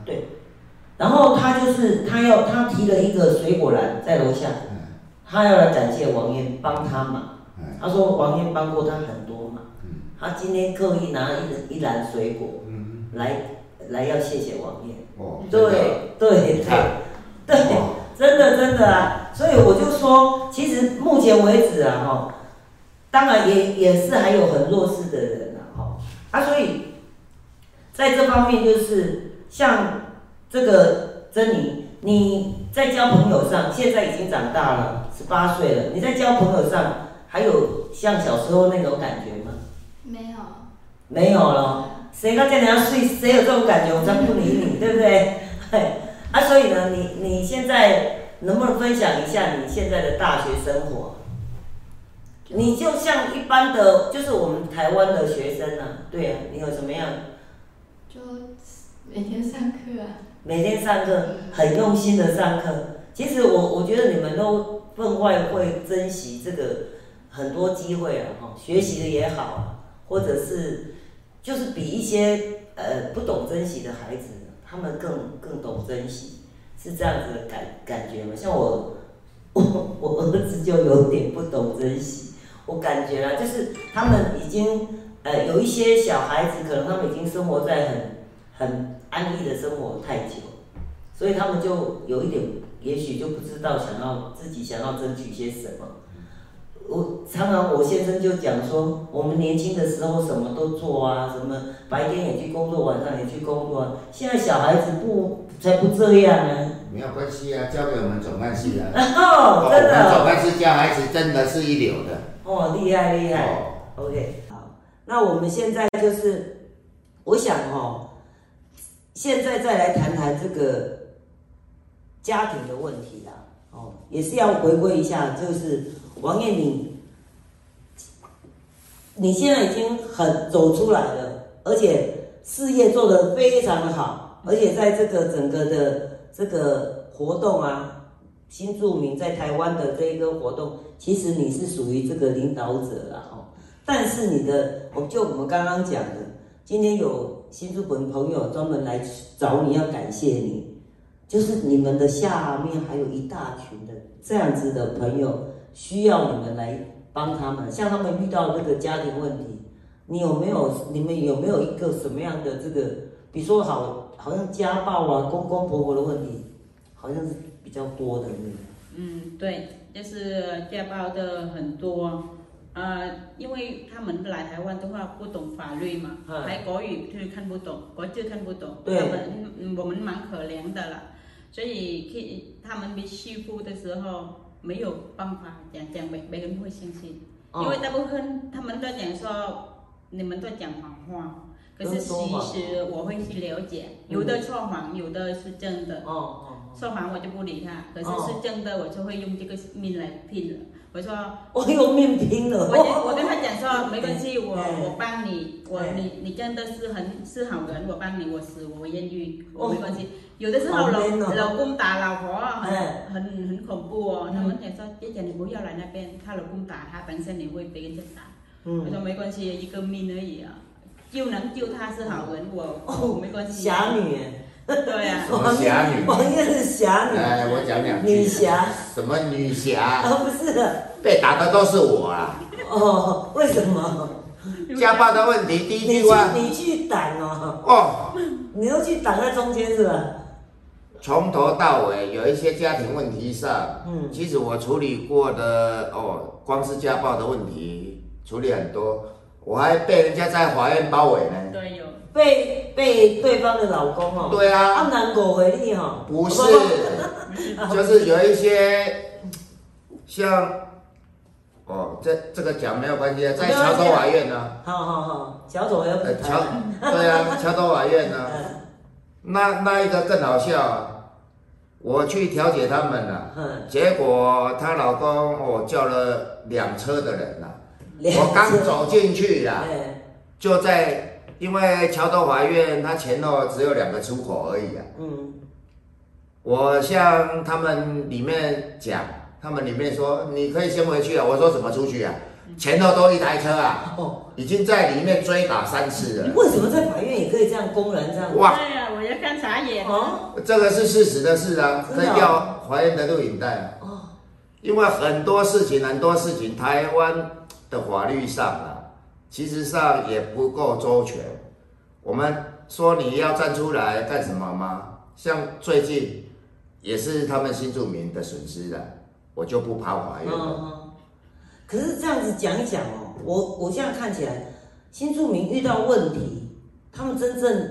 [SPEAKER 1] 然后他就是他要他提了一个水果篮在楼下，
[SPEAKER 3] 嗯
[SPEAKER 1] 他要来感谢王燕帮他忙。
[SPEAKER 3] 嗯
[SPEAKER 1] 他说王燕帮过他很多忙，
[SPEAKER 3] 嗯
[SPEAKER 1] 他今天刻意拿一一篮水果
[SPEAKER 3] 嗯，
[SPEAKER 1] 来来要谢谢王燕。
[SPEAKER 3] 哦，真的
[SPEAKER 1] 对对
[SPEAKER 3] 你看
[SPEAKER 1] 对对，
[SPEAKER 3] 哦
[SPEAKER 1] 真的真的啊！所以我就说，其实目前为止啊，哈，当然也也是还有很弱势的人啊，哈啊，所以在这方面就是像这个珍妮，你在交朋友上，现在已经长大了，十八岁了，你在交朋友上还有像小时候那种感觉吗？
[SPEAKER 4] 没有，
[SPEAKER 1] 没有了。谁到这里要睡，谁有这种感觉，我才不理你，对不对？ 嘿啊，所以呢，你你现在能不能分享一下你现在的大学生活？你就像一般的，就是我们台湾的学生啊，对啊，你有什么样？
[SPEAKER 5] 就每天上课啊。
[SPEAKER 1] 每天上课很用心的上课，其实我我觉得你们都分外会珍惜这个很多机会啊，哈，学习的也好啊，或者是就是比一些呃不懂珍惜的孩子，他们更更懂珍惜，是这样子的感感觉吗？像我我我儿子就有点不懂珍惜，我感觉啊，就是他们已经呃有一些小孩子，可能他们已经生活在很很安逸的生活太久，所以他们就有一点，也许就不知道想要自己想要争取些什么。我常常我先生就讲说，我们年轻的时候什么都做啊，什么白天也去工作，晚上也去工作、啊。现在小孩子不才不这样呢、
[SPEAKER 3] 没有关系啊，交给我们总干事啊。
[SPEAKER 1] 哦，真
[SPEAKER 3] 我们总
[SPEAKER 1] 的
[SPEAKER 3] 干事教孩子真的是一流的。
[SPEAKER 1] 哦，厉害厉害。
[SPEAKER 3] 哦，
[SPEAKER 1] OK，好，那我们现在就是，我想哦，现在再来谈谈这个家庭的问题啦，哦，也是要回归一下，就是王艳你，你现在已经很走出来了，而且事业做得非常的好，而且在这个整个的这个活动啊。新住民在台湾的这一个活动，其实你是属于这个领导者啦，哦，但是你的，我就我们刚刚讲的，今天有新日本朋友专门来找你要感谢你，就是你们的下面还有一大群的这样子的朋友需要你们来帮他们，像他们遇到这个家庭问题，你有没有你们有没有一个什么样的这个，比如说好好像家暴啊、公公婆婆的问题，好像是比较多的那个，
[SPEAKER 2] 嗯，对，就是家暴的很多，呃，因为他们来台湾的话不懂法律嘛，
[SPEAKER 1] 嗯
[SPEAKER 2] 还国语就是看不懂，国字看不懂，
[SPEAKER 1] 对
[SPEAKER 2] 他们嗯我们蛮可怜的了，所以去他们被欺负的时候没有办法讲讲，没没
[SPEAKER 1] 哦
[SPEAKER 2] 人会相信，因为大部分他们都讲说你们都讲谎话，可是
[SPEAKER 1] 都
[SPEAKER 2] 其
[SPEAKER 1] 说谎
[SPEAKER 2] 实我会去了解，
[SPEAKER 1] 嗯
[SPEAKER 2] 有的说谎，有的是真的。
[SPEAKER 1] 哦哦，
[SPEAKER 2] 说谎我就不理他，可是是真的，我就会用这个命来拼了。我说，
[SPEAKER 1] 我有命拼了。哦
[SPEAKER 2] 我就我跟他讲说，没关系，我
[SPEAKER 1] 哎
[SPEAKER 2] 我帮你，我
[SPEAKER 1] 哎
[SPEAKER 2] 你你真的是很是好人，我帮你，我死我愿意，
[SPEAKER 1] 哦
[SPEAKER 2] 我没关系。有的时候
[SPEAKER 1] 好
[SPEAKER 2] 老
[SPEAKER 1] man 哦
[SPEAKER 2] 老公打老婆啊，
[SPEAKER 1] 哎嗯
[SPEAKER 2] 很很很恐怖哦。他们讲说，姐姐你不要来那边，她老公打她，本身你会被人家打。我
[SPEAKER 1] 嗯，
[SPEAKER 2] 说没关系，一个命而已啊，救能救她是好人，我
[SPEAKER 1] 哦
[SPEAKER 2] 我没关系。啊
[SPEAKER 1] 侠女哎，
[SPEAKER 2] 对啊，
[SPEAKER 3] 什么侠女
[SPEAKER 1] 王燕是侠女，
[SPEAKER 3] 哎，我讲两
[SPEAKER 1] 女
[SPEAKER 3] 句。
[SPEAKER 1] 侠
[SPEAKER 3] 什么女侠？
[SPEAKER 1] 啊，不是
[SPEAKER 3] 被打的都是我 啊！
[SPEAKER 1] 哦？为什么？
[SPEAKER 3] 家暴的问题，第
[SPEAKER 1] 你
[SPEAKER 3] 一句
[SPEAKER 1] 去
[SPEAKER 3] 话
[SPEAKER 1] 你去挡哦，
[SPEAKER 3] 哦，
[SPEAKER 1] 你都去挡在中间是吧？
[SPEAKER 3] 从头到尾有一些家庭问题上，
[SPEAKER 1] 嗯
[SPEAKER 3] 其实我处理过的哦，光是家暴的问题处理很多，我还被人家在法院包围呢。
[SPEAKER 2] 对有。
[SPEAKER 1] 被被对方的老公哦，
[SPEAKER 3] 对啊，
[SPEAKER 1] 啊难过回你哈，
[SPEAKER 3] 不是， 就是有一些像哦，这这个讲没有关系啊，在桥头法院呢、
[SPEAKER 1] 好好好，小左要
[SPEAKER 3] 呃
[SPEAKER 1] 补
[SPEAKER 3] 桥
[SPEAKER 1] 他，
[SPEAKER 3] 对啊，桥头法院呢、
[SPEAKER 1] 嗯
[SPEAKER 3] 那那一个更好笑啊，我去调解他们了、
[SPEAKER 1] 嗯，
[SPEAKER 3] 结果她老公哦叫了两车的人呐、
[SPEAKER 1] 两
[SPEAKER 3] 我刚
[SPEAKER 1] 只，
[SPEAKER 3] 走进去呀、
[SPEAKER 1] 哎，
[SPEAKER 3] 就在因为桥头法院它前后只有两个出口而已啊，
[SPEAKER 1] 嗯，
[SPEAKER 3] 我向他们里面讲，他们里面说你可以先回去啊。我说怎么出去啊？前头都一台车啊，
[SPEAKER 1] 哦，
[SPEAKER 3] 已经在里面追打三次了。
[SPEAKER 1] 为什么在法院也可以这样公然这样？
[SPEAKER 3] 哇，
[SPEAKER 2] 对啊，我要看傻眼。
[SPEAKER 1] 哦
[SPEAKER 3] 这个是事实的事啊，
[SPEAKER 1] 真
[SPEAKER 3] 可
[SPEAKER 1] 的
[SPEAKER 3] 以
[SPEAKER 1] 哦
[SPEAKER 3] 调华人的录影带，啊
[SPEAKER 1] 哦，
[SPEAKER 3] 因为很多事情，很多事情，台湾的法律上啊，其实上也不够周全。我们说你要站出来干什么吗？像最近也是他们新住民的损失了，我就不爬法院了。
[SPEAKER 1] 嗯，可是这样子讲一讲哦，我我这样看起来，新住民遇到问题，他们真正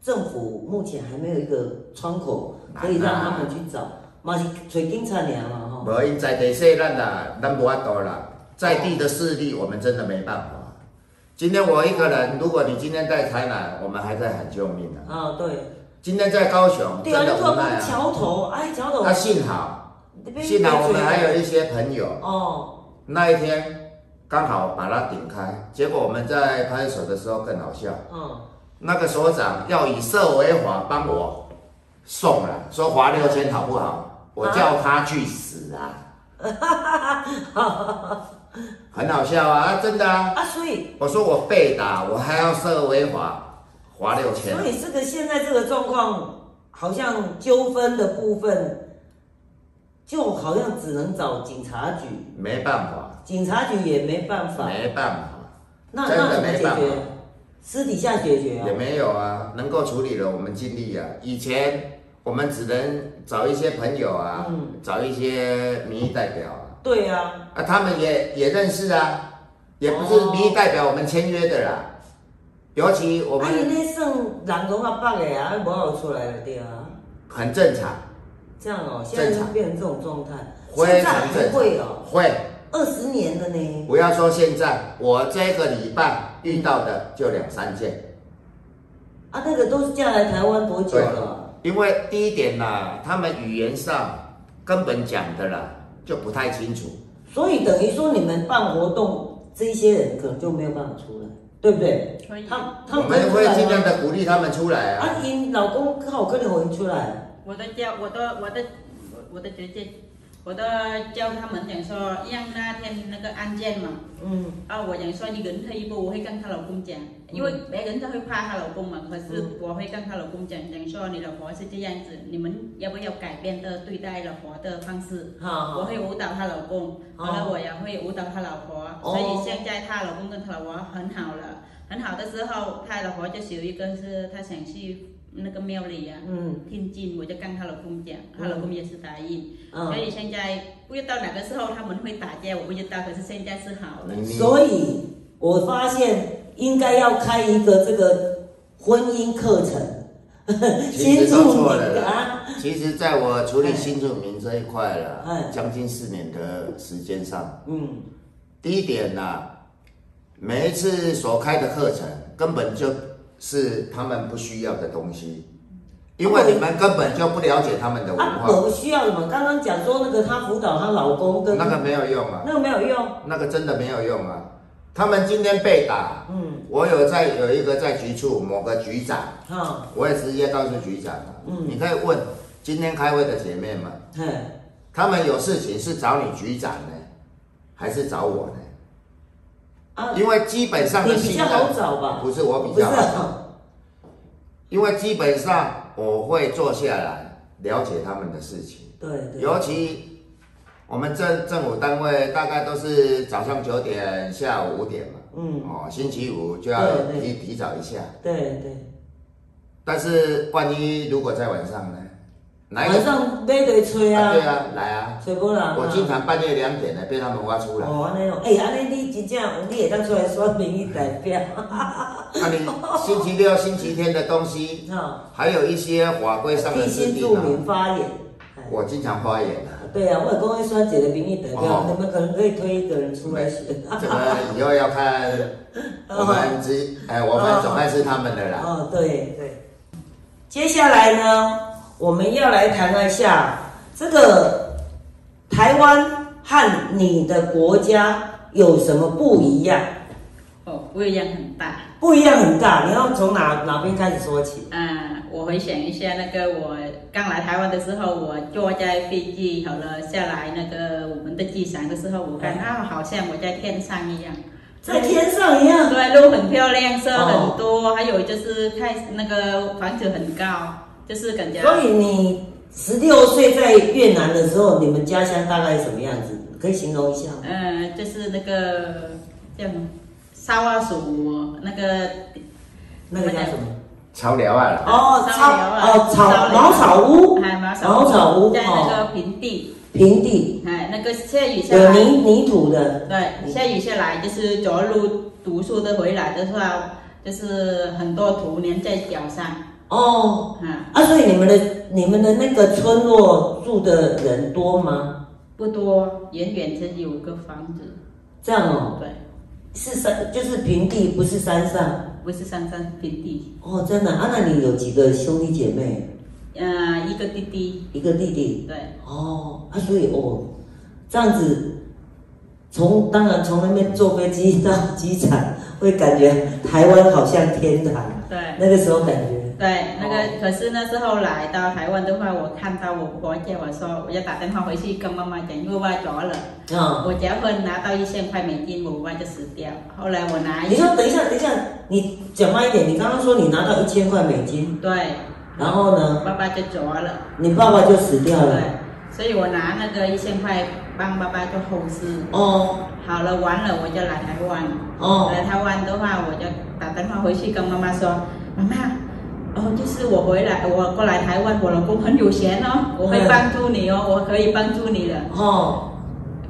[SPEAKER 1] 政府目前还没有一个窗口可以让他们去找，嘛是找警察娘嘛吼。
[SPEAKER 3] 无，因在地说咱啦，咱无法度啦，在地的势力我们真的没办法。今天我一个人，如果你今天在台南，我们还在喊救命啊！
[SPEAKER 1] 啊，对，
[SPEAKER 3] 今天在高雄，
[SPEAKER 1] 对啊，
[SPEAKER 3] 哦真的
[SPEAKER 1] 你
[SPEAKER 3] 无
[SPEAKER 1] 做
[SPEAKER 3] 奈
[SPEAKER 1] 讲
[SPEAKER 3] 啊。
[SPEAKER 1] 桥头，哎，桥头
[SPEAKER 3] 那，幸好，
[SPEAKER 1] 你被
[SPEAKER 3] 幸好我们还有一些朋友，
[SPEAKER 1] 哦，
[SPEAKER 3] 那一天刚好把他顶开，结果我们在派出所的时候更好笑，
[SPEAKER 1] 嗯，
[SPEAKER 3] 那个所长要以社为法帮我送了，说罚六千好不好？我叫他去 死啊！很好笑啊，真的啊！
[SPEAKER 1] 啊，所以
[SPEAKER 3] 我说我被打，我还要设违法，罚六千
[SPEAKER 1] 所。以这个现在这个状况，好像纠纷的部分，就好像只能找警察局。
[SPEAKER 3] 没办法，
[SPEAKER 1] 警察局也没办法，
[SPEAKER 3] 没办法，
[SPEAKER 1] 那
[SPEAKER 3] 真
[SPEAKER 1] 那
[SPEAKER 3] 的
[SPEAKER 1] 怎么
[SPEAKER 3] 没
[SPEAKER 1] 解
[SPEAKER 3] 办法
[SPEAKER 1] 决？私底下解决
[SPEAKER 3] 也
[SPEAKER 1] 啊。
[SPEAKER 3] 没有啊，能够处理了我们尽力啊。以前我们只能找一些朋友啊，
[SPEAKER 1] 嗯
[SPEAKER 3] 找一些民意代表啊，
[SPEAKER 1] 对啊，
[SPEAKER 3] 啊，他们也也认识啊，也不是民意代表我们签约的啦。尤其我
[SPEAKER 1] 啊，伊
[SPEAKER 3] 们
[SPEAKER 1] 那算人拢啊北的啊，无好出来了对啊。
[SPEAKER 3] 很正常，
[SPEAKER 1] 这样哦，现在
[SPEAKER 3] 正
[SPEAKER 1] 就
[SPEAKER 3] 常
[SPEAKER 1] 变成这种状态，
[SPEAKER 3] 非
[SPEAKER 1] 现在
[SPEAKER 3] 常
[SPEAKER 1] 还
[SPEAKER 3] 正常
[SPEAKER 1] 会哦，
[SPEAKER 3] 会。
[SPEAKER 1] 二十年的呢。
[SPEAKER 3] 不要说现在，我这个礼拜遇到的就两三件。
[SPEAKER 1] 啊，那个都是嫁来台湾多久
[SPEAKER 3] 对
[SPEAKER 1] 了？
[SPEAKER 3] 因为第一点啦，他们语言上根本讲的啦就不太清楚，
[SPEAKER 1] 所以等于说你们办活动，这一些人可能就没有办法出来，对不对？
[SPEAKER 2] 可以。
[SPEAKER 1] 他他
[SPEAKER 3] 我
[SPEAKER 1] 们可以
[SPEAKER 3] 们
[SPEAKER 1] 出
[SPEAKER 3] 会尽
[SPEAKER 1] 来
[SPEAKER 3] 量
[SPEAKER 1] 吗？
[SPEAKER 3] 的鼓励他们出来
[SPEAKER 1] 啊，
[SPEAKER 3] 啊。
[SPEAKER 1] 因老公刚好跟你回出来，
[SPEAKER 2] 我都教我的我的我的姐姐，我都教他们讲说，让那天那个案件嘛，
[SPEAKER 1] 嗯
[SPEAKER 2] 啊，我讲说你忍退一步，我会跟她老公讲，因为别人都会怕她老公嘛，可是
[SPEAKER 1] 嗯
[SPEAKER 2] 我会跟她老公讲，讲说你老婆是这样子，你们要不要改变的对待老婆的方式？
[SPEAKER 1] 好好
[SPEAKER 2] 我会舞蹈她老公，
[SPEAKER 1] 哦
[SPEAKER 2] 完了我也会舞蹈她老婆，所以现在她老公跟她老婆很好了。很好的时候，她老婆就是有一个是她想去那个庙里啊，
[SPEAKER 1] 嗯
[SPEAKER 2] 天津，我就跟她老公讲，她
[SPEAKER 1] 嗯
[SPEAKER 2] 老公也是答应。所
[SPEAKER 1] 嗯，
[SPEAKER 2] 以现在不知道哪个时候他们会打架，我不知道，可是现在是好了
[SPEAKER 3] 你。你
[SPEAKER 1] 啊所以我发现应该要开一个这个婚姻课程，
[SPEAKER 3] 其实都
[SPEAKER 1] 住
[SPEAKER 3] 错
[SPEAKER 1] 你
[SPEAKER 3] 了
[SPEAKER 1] 啊，
[SPEAKER 3] 啦。其实，在我处理新住民这一块
[SPEAKER 1] 哎
[SPEAKER 3] 了，将近四年的时间上，
[SPEAKER 1] 嗯
[SPEAKER 3] 第一点呢、每一次所开的课程根本就是他们不需要的东西，因为你们根本就不了解他们的文
[SPEAKER 1] 啊，
[SPEAKER 3] 化，
[SPEAKER 1] 我需要什么？刚刚讲说那个她辅导她老公跟
[SPEAKER 3] 那个没有用啊，
[SPEAKER 1] 那个没有用，
[SPEAKER 3] 那个真的没有用啊。他们今天被打，
[SPEAKER 1] 嗯，
[SPEAKER 3] 我有在有一个在局处某个局长，
[SPEAKER 1] 好，
[SPEAKER 3] 我也直接告诉局长了，
[SPEAKER 1] 嗯
[SPEAKER 3] 你可以问今天开会的姐妹们，
[SPEAKER 1] 嘿，
[SPEAKER 3] 他们有事情是找你局长呢，还是找我呢？
[SPEAKER 1] 啊，
[SPEAKER 3] 因为基本上
[SPEAKER 1] 你
[SPEAKER 3] 的
[SPEAKER 1] 比
[SPEAKER 3] 信
[SPEAKER 1] 较好
[SPEAKER 3] 任，
[SPEAKER 1] 找吧？
[SPEAKER 3] 不是我比
[SPEAKER 1] 不是
[SPEAKER 3] 较好找。
[SPEAKER 1] 啊，
[SPEAKER 3] 因为基本上我会坐下来了解他们的事情，
[SPEAKER 1] 对对，
[SPEAKER 3] 尤其我们政政府单位大概都是早上九点，下午五点嘛，
[SPEAKER 1] 嗯，
[SPEAKER 3] 哦，星期五就要
[SPEAKER 1] 对
[SPEAKER 3] 提
[SPEAKER 1] 对
[SPEAKER 3] 提早一下。
[SPEAKER 1] 对对，
[SPEAKER 3] 但是万一如果在晚上呢？来
[SPEAKER 1] 晚上买得吹
[SPEAKER 3] 啊
[SPEAKER 1] 啊
[SPEAKER 3] 对，啊，来啊！
[SPEAKER 1] 吹过人啊。
[SPEAKER 3] 我经常半夜两点呢被他们挖出来，
[SPEAKER 1] 哦，安尼哦，哎、安尼你真正你会当出来选民意代表，
[SPEAKER 3] 那啊你星期六、星期天的东西，
[SPEAKER 1] 哈、
[SPEAKER 3] 还有一些法规上的
[SPEAKER 1] 替
[SPEAKER 3] 制
[SPEAKER 1] 新
[SPEAKER 3] 定
[SPEAKER 1] 住
[SPEAKER 3] 啊，
[SPEAKER 1] 民发言。哎
[SPEAKER 3] 我经常发言啊。
[SPEAKER 1] 对啊，我也讲要选一个民意代表，
[SPEAKER 3] 哦
[SPEAKER 1] 你们可能可以推一个人出来选。
[SPEAKER 3] 这个以后要看我们执，哎，我们总爱是他们的啦。
[SPEAKER 1] 哦，对对。接下来呢，我们要来谈一下这个台湾和你的国家有什么不一样？
[SPEAKER 2] 哦，不一样很大。
[SPEAKER 1] 不一样很大，你要从哪哪边开始说起？
[SPEAKER 2] 啊，我回想一下那个我刚来台湾的时候，我坐在飞机好了下来那个我们的机场的时候，我看啊，好像我在天上一样，
[SPEAKER 1] 在天上一样，
[SPEAKER 2] 对，路很漂亮，车很多，还有就是太那个房子很高，就是感觉
[SPEAKER 1] 所以你十六岁在越南的时候，你们家乡大概是什么样子？可以形容一下吗？
[SPEAKER 2] 呃，就是那个叫什么沙瓦鼠那个
[SPEAKER 1] 那个叫什么？
[SPEAKER 3] 潮聊啊啦，
[SPEAKER 1] 哦，
[SPEAKER 2] 烧
[SPEAKER 1] 草
[SPEAKER 2] 窑啊
[SPEAKER 1] 哦草
[SPEAKER 2] 烧窑
[SPEAKER 1] 茅草屋，
[SPEAKER 2] 海马草
[SPEAKER 1] 茅草屋
[SPEAKER 2] 在那
[SPEAKER 1] 哦，
[SPEAKER 2] 个平地，
[SPEAKER 1] 平地
[SPEAKER 2] 哎，那个下雨下
[SPEAKER 1] 有
[SPEAKER 2] 来。
[SPEAKER 1] 泥泥土的，
[SPEAKER 2] 对，下雨下来就是走路读书的回来的时候，就是很多土粘在脚上，
[SPEAKER 1] 哦
[SPEAKER 2] 啊，
[SPEAKER 1] 啊，所以你们的你们的那个村落住的人多吗？
[SPEAKER 2] 不多，远远就有个房子，
[SPEAKER 1] 这样哦，
[SPEAKER 2] 对，
[SPEAKER 1] 是山就是平地，不是山上
[SPEAKER 2] 不是上山平地，
[SPEAKER 1] 哦，真的啊？那你有几个兄弟姐妹？
[SPEAKER 2] 呃，一个弟弟，
[SPEAKER 1] 一个弟弟，
[SPEAKER 2] 对，
[SPEAKER 1] 哦，啊，所以哦，这样子，从当然从那边坐飞机到机场，会感觉台湾好像天堂，
[SPEAKER 2] 对。
[SPEAKER 1] 那个时候感觉，
[SPEAKER 2] 对，那
[SPEAKER 1] 哦
[SPEAKER 2] 个可是那时候来到台湾的话，我看到我婆叫我说，我要打电话回去跟妈妈讲，因为我走了，
[SPEAKER 1] 啊、
[SPEAKER 2] 我结婚拿到一千块美金，我爸就死掉。后来我拿
[SPEAKER 1] 你
[SPEAKER 2] 一，
[SPEAKER 1] 说等一下，等一下，你讲慢一点，你刚刚说你拿到一千块美金，
[SPEAKER 2] 对，
[SPEAKER 1] 然后呢，
[SPEAKER 2] 爸爸就走了。
[SPEAKER 1] 你爸爸就死掉了，
[SPEAKER 2] 对，所以我拿那个一千块帮爸爸做后事。
[SPEAKER 1] 哦
[SPEAKER 2] 好了，完了我就来台湾。
[SPEAKER 1] 哦，
[SPEAKER 2] 来台湾的话，我就打电话回去跟妈妈说，妈妈。哦，就是我回来，我过来台湾，我老公很有钱哦，我会
[SPEAKER 1] 嗯
[SPEAKER 2] 帮助你哦，我可以帮助你的。
[SPEAKER 1] 哦，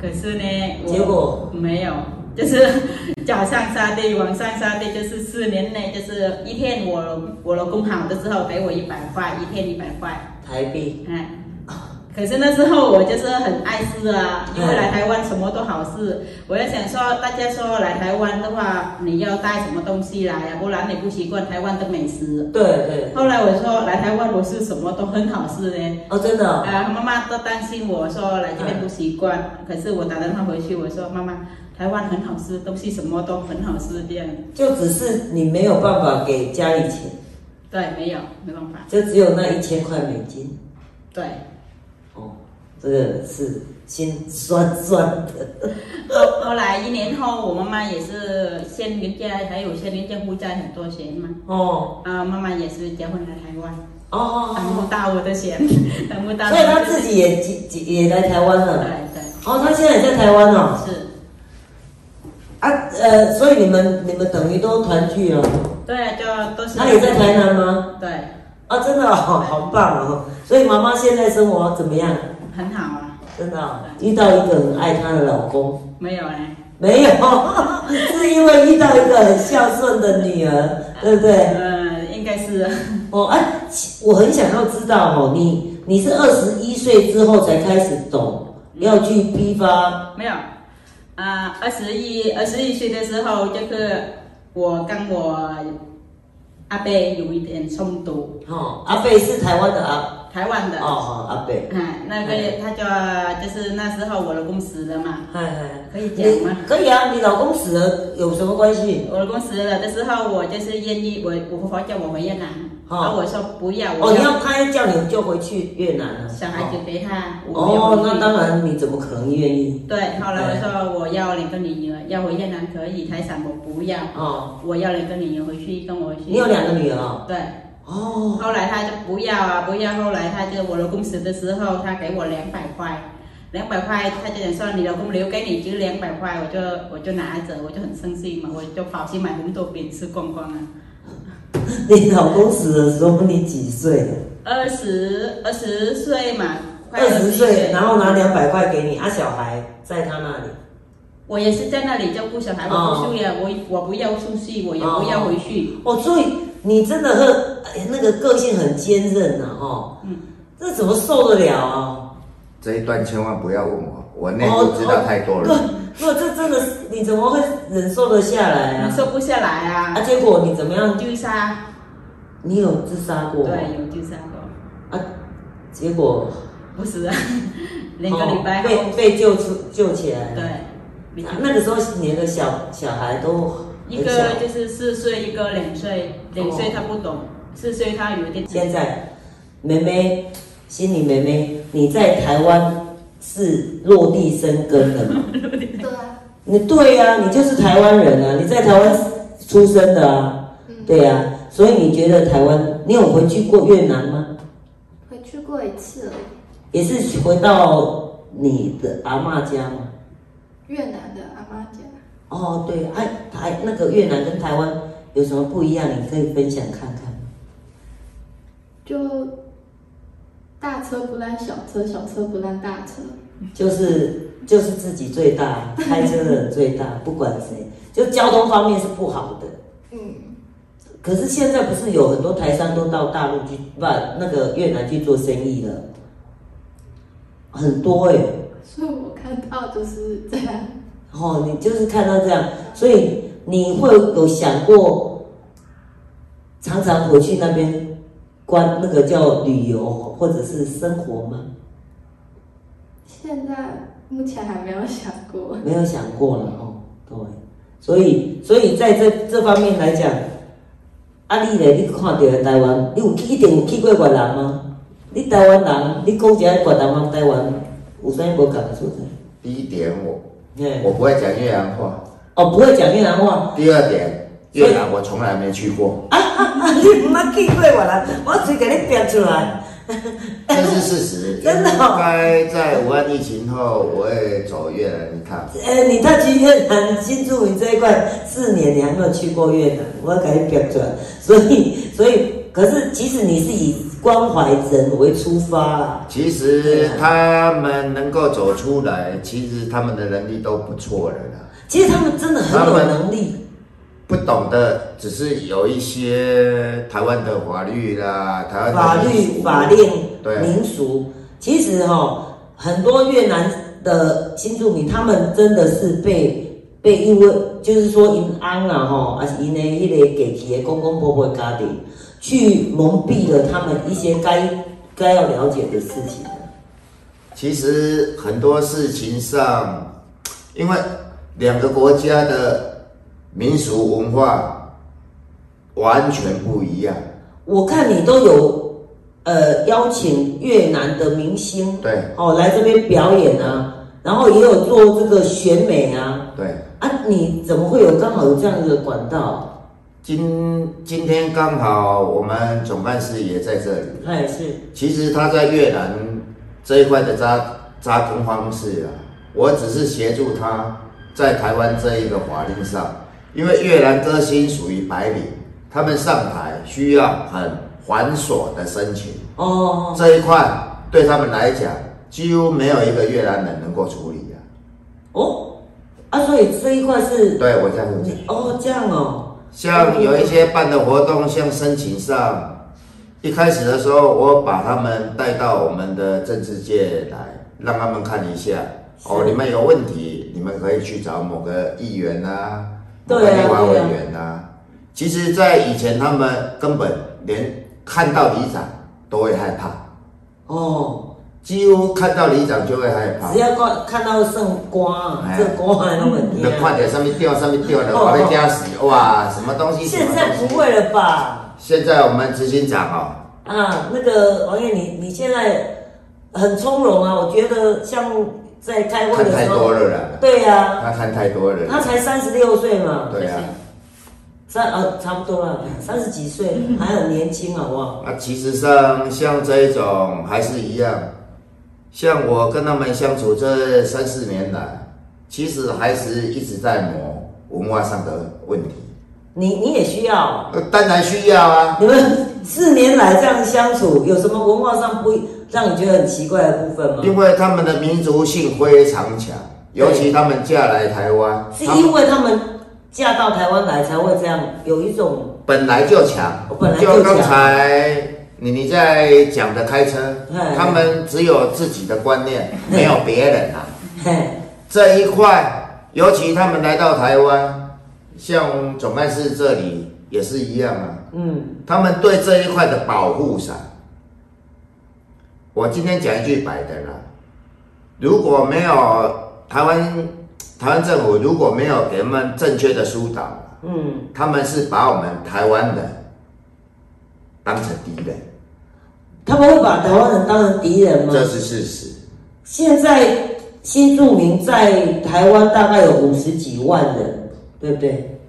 [SPEAKER 2] 可是呢，我
[SPEAKER 1] 结果
[SPEAKER 2] 没有，就是 脚上沙地，往上沙地，就是四年内，就是一天我我老公好的时候给我一百块，一天一百块，
[SPEAKER 1] 台币，
[SPEAKER 2] 哎，可是那时候我就是很爱吃啊，因为来台湾什么都好吃。我也想说，大家说来台湾的话，你要带什么东西来啊？不然你不习惯台湾的美食。
[SPEAKER 1] 对对，
[SPEAKER 2] 后来我说来台湾，我是什么都很好吃呢。
[SPEAKER 1] 哦，真的哦、
[SPEAKER 2] 啊，妈妈都担心我说来这边不习惯，可是我打电话回去，我说妈妈，台湾很好吃，东西什么都很好吃这样。
[SPEAKER 1] 就只是你没有办法给家里钱，
[SPEAKER 2] 对，没有，没办法。
[SPEAKER 1] 就只有那一千块美金。
[SPEAKER 2] 对，
[SPEAKER 1] 哦，这个是心酸酸的。
[SPEAKER 2] 后后来一年后，我妈妈也是先人家，还有先人家负债很多钱嘛。
[SPEAKER 1] 哦
[SPEAKER 2] 啊、妈妈也是结婚来台湾，
[SPEAKER 1] 哦哦
[SPEAKER 2] 等不
[SPEAKER 1] 哦，
[SPEAKER 2] 哎到我的钱， 等不到。
[SPEAKER 1] 所以他自己也也也来台湾
[SPEAKER 2] 对
[SPEAKER 1] 了。
[SPEAKER 2] 对
[SPEAKER 1] 哦，他现在也在台湾哦。
[SPEAKER 2] 是，
[SPEAKER 1] 啊呃，所以你们你们等于都团聚了。
[SPEAKER 2] 对，就都是。
[SPEAKER 1] 他也在台南吗？
[SPEAKER 2] 对，
[SPEAKER 1] 啊，真的哦，好棒哦。所以妈妈现在生活怎么样？
[SPEAKER 2] 很好啊，
[SPEAKER 1] 真的哦、遇到一个很爱她的老公。
[SPEAKER 2] 没有啊呢。
[SPEAKER 1] 没有， 是因为遇到一个很孝顺的女儿，对不对？
[SPEAKER 2] 呃，应该是啊
[SPEAKER 1] 哦，哎、其我很想要知道哦，你你是二十一岁之后才开始懂要去批发，
[SPEAKER 2] 没有，呃啊，二十一二十一岁的时候，就是我跟我阿贝有一点冲突，
[SPEAKER 1] 哦，阿贝是台湾的啊，
[SPEAKER 2] 台湾
[SPEAKER 1] 哦
[SPEAKER 2] 的，
[SPEAKER 1] 哦，阿贝，
[SPEAKER 2] 啊，那个他就就是那时候我老公死了嘛，
[SPEAKER 1] 嗨嗨，
[SPEAKER 2] 可以讲
[SPEAKER 1] 你
[SPEAKER 2] 吗？
[SPEAKER 1] 可以啊，你老公死了有什么关系？
[SPEAKER 2] 我老公死了的时候，我就是愿意，我我婆婆叫我回越南，
[SPEAKER 1] 哦
[SPEAKER 2] 啊，我说不要，
[SPEAKER 1] 哦，
[SPEAKER 2] 我
[SPEAKER 1] 你要他叫你就回去越南了。
[SPEAKER 2] 小孩子给他，我
[SPEAKER 1] 哦，
[SPEAKER 2] 不
[SPEAKER 1] 那
[SPEAKER 2] 要回
[SPEAKER 1] 当然，你怎么可能愿意？
[SPEAKER 2] 对，后来我说我要两个女儿，要回越南可以，台sản我不要，
[SPEAKER 1] 哦，
[SPEAKER 2] 我要两个女儿回去跟我去。
[SPEAKER 1] 你有两个女儿啊？
[SPEAKER 2] 对，
[SPEAKER 1] 哦，
[SPEAKER 2] 后来他就不要啊，不要。后来他就我老公死的时候，他给我两百块，两百块，他就想说你老公留给你只两百块，我就我就拿着，我就很生气嘛，我就跑去买红豆饼吃光光啊。
[SPEAKER 1] 你老公死的时候你几岁了？
[SPEAKER 2] 二十二十岁嘛，快
[SPEAKER 1] 二十
[SPEAKER 2] 21
[SPEAKER 1] 岁，然后拿两百块给你，啊，小孩在他那里。
[SPEAKER 2] 我也是在那里照顾小孩，我不去呀，我我不要出去，我也不要回去。
[SPEAKER 1] 哦，所以你真的很哎那个个性很坚韧呐、哦。
[SPEAKER 2] 嗯
[SPEAKER 1] 这怎么受得了啊？
[SPEAKER 3] 这一段千万不要问我，我内部知道太多
[SPEAKER 1] 哥
[SPEAKER 3] 了。，
[SPEAKER 1] 哥，这真的是你怎么会忍受得下来
[SPEAKER 2] 你
[SPEAKER 1] 啊？
[SPEAKER 2] 瘦不下来
[SPEAKER 1] 啊，
[SPEAKER 2] 啊，
[SPEAKER 1] 结果你怎么样？
[SPEAKER 2] 就杀，
[SPEAKER 1] 你有自杀过吗？
[SPEAKER 2] 对，有就杀过，
[SPEAKER 1] 啊，结果
[SPEAKER 2] 不是啊， 两个礼拜
[SPEAKER 1] 哦被
[SPEAKER 2] 后，
[SPEAKER 1] 被救出救起来了。
[SPEAKER 2] 对，你就
[SPEAKER 1] 啊那个时候你的小小孩都
[SPEAKER 2] 一
[SPEAKER 1] 很小
[SPEAKER 2] 个就是四岁，一个两岁，两岁他不懂，四岁他有一点
[SPEAKER 1] 现在，妹妹，心里妹妹，你在台湾是落地生根的 嘛？
[SPEAKER 5] 对啊，
[SPEAKER 1] 你对呀、你就是台湾人啊，你在台湾出生的啊，
[SPEAKER 5] 嗯，
[SPEAKER 1] 对呀、所以你觉得台湾，你有回去过越南吗？
[SPEAKER 5] 回去过一次而已，
[SPEAKER 1] 也是回到你的阿嬷家吗？
[SPEAKER 5] 越南的阿妈家，
[SPEAKER 1] 哦，对，哎、台那个越南跟台湾有什么不一样？你可以分享看看。
[SPEAKER 5] 就大车不烂小车，小车不烂大车，
[SPEAKER 1] 就是就是自己最大，开车的人最大，不管谁，就交通方面是不好的。
[SPEAKER 5] 嗯，
[SPEAKER 1] 可是现在不是有很多台商都到大陆去，不那个越南去做生意了，很多哎、
[SPEAKER 5] 所以我看到就是这样，
[SPEAKER 1] 哦，你就是看到这样，所以你会有想过，常常回去那边关那个叫旅游或者是生活吗？
[SPEAKER 5] 现在目前还没有想过，
[SPEAKER 1] 没有想过了哦，对，所以所以在这这方面来讲，啊，你嘞，你看到的台湾，你有去一定有去过越南吗？你台湾人，你讲一下越南人台湾有啥无共的所在？
[SPEAKER 3] 第一点我，
[SPEAKER 1] 嘿，
[SPEAKER 3] 我不会讲越南话；
[SPEAKER 1] 哦，不会讲越南话
[SPEAKER 3] 第二点，越南我从来没去过，
[SPEAKER 1] 啊啊啊！ 你毋捌去过越南，我嘴给你编出来。
[SPEAKER 3] 这是事实。
[SPEAKER 1] 真的哦
[SPEAKER 3] 应该在武汉疫情后，我也走越南一趟。
[SPEAKER 1] 诶、呃你到去越南新住民这一块四年，你还没有去过越南，我给你编出来。所以所以，可是其实你是以关怀人为出发啦。
[SPEAKER 3] 其实
[SPEAKER 1] 哎
[SPEAKER 3] 他们能够走出来，其实他们的能力都不错了啦。
[SPEAKER 1] 其实他们真的很有能力，
[SPEAKER 3] 不懂的只是有一些台湾的法律啦，台湾的
[SPEAKER 1] 法律、法令、
[SPEAKER 3] 对
[SPEAKER 1] 民俗，其实哈、很多越南的新住民，他们真的是被被因为就是说因安啊吼，还是因的迄个给起的公公婆婆的家庭，去蒙蔽了他们一些该该要了解的事情。
[SPEAKER 3] 其实很多事情上，因为两个国家的民俗文化完全不一样，
[SPEAKER 1] 我看你都有呃邀请越南的明星
[SPEAKER 3] 对
[SPEAKER 1] 哦来这边表演啊，然后也有做这个选美啊。
[SPEAKER 3] 对。
[SPEAKER 1] 啊，你怎么会有刚好有这样一个管道？
[SPEAKER 3] 今今天刚好我们总干事也在这里，
[SPEAKER 1] 他也是，
[SPEAKER 3] 其实他在越南这一块的扎扎根方式啊，我只是协助他在台湾这一个法令上，因为越南歌星属于白领，他们上台需要很繁琐的申请，
[SPEAKER 1] 哦，
[SPEAKER 3] 这一块对他们来讲几乎没有一个越南人能够处理啊。
[SPEAKER 1] 哦，啊，所以这一块是，
[SPEAKER 3] 对我在负责，
[SPEAKER 1] 哦，这样哦，
[SPEAKER 3] 像有一些办的活动，像申请上。一开始的时候，我把他们带到我们的政治界来，让他们看一下。哦，
[SPEAKER 1] 是
[SPEAKER 3] 你们有问题，你们可以去找某个议员啊，某
[SPEAKER 1] 对啊
[SPEAKER 3] 个立法委员啊。其实，在以前他们根本连看到里长都会害怕，
[SPEAKER 1] 哦，
[SPEAKER 3] 几乎看到里长就会害怕
[SPEAKER 1] 只。要看看到圣瓜，这瓜那么
[SPEAKER 3] 哎嗯那快
[SPEAKER 1] 低。
[SPEAKER 3] 点，上面掉，上面掉的，
[SPEAKER 1] 哦
[SPEAKER 3] 我在家死哇，什么东西？
[SPEAKER 1] 现在
[SPEAKER 3] 什么东
[SPEAKER 1] 不
[SPEAKER 3] 西
[SPEAKER 1] 会了吧？
[SPEAKER 3] 现在我们执行长哦，
[SPEAKER 1] 啊，那个王艳，你你现在很从容啊，我觉得像在开会
[SPEAKER 3] 看
[SPEAKER 1] 的
[SPEAKER 3] 太
[SPEAKER 1] 时
[SPEAKER 3] 多
[SPEAKER 1] 候，
[SPEAKER 3] 了啦，
[SPEAKER 1] 对呀、
[SPEAKER 3] 他看太多了
[SPEAKER 1] 他
[SPEAKER 3] 啦，
[SPEAKER 1] 才三十六岁嘛，
[SPEAKER 3] 对啊。
[SPEAKER 1] 三呃差不多了，三十几岁 还很年轻，好不好？
[SPEAKER 3] 那其实上像这一种还是一样，像我跟他们相处这三四年来，其实还是一直在磨文化上的问题。
[SPEAKER 1] 你你也需要，
[SPEAKER 3] 呃，当然需要啊，
[SPEAKER 1] 你们四年来这样相处，有什么文化上不让你觉得很奇怪的部分吗？
[SPEAKER 3] 因为他们的民族性非常强，尤其他们嫁来台湾，
[SPEAKER 1] 是
[SPEAKER 3] 他们
[SPEAKER 1] 因为他们嫁到台湾来才会这样，有一种
[SPEAKER 3] 本来就强
[SPEAKER 1] 我本来，就强
[SPEAKER 3] 刚才你你在讲的开车
[SPEAKER 1] 哎，
[SPEAKER 3] 他们只有自己的观念，没有别人啊。
[SPEAKER 1] 嘿，
[SPEAKER 3] 这一块，尤其他们来到台湾，像总干事这里也是一样啊，
[SPEAKER 1] 嗯，
[SPEAKER 3] 他们对这一块的保护伞，我今天讲一句白的啦，如果没有台湾台湾政府如果没有给他们正确的疏导，
[SPEAKER 1] 嗯，
[SPEAKER 3] 他们是把我们台湾人当成敌人，
[SPEAKER 1] 他们会把台湾人当成敌人吗？
[SPEAKER 3] 这是事实。
[SPEAKER 1] 现在新住民在台湾大概有五十几万人，对不对？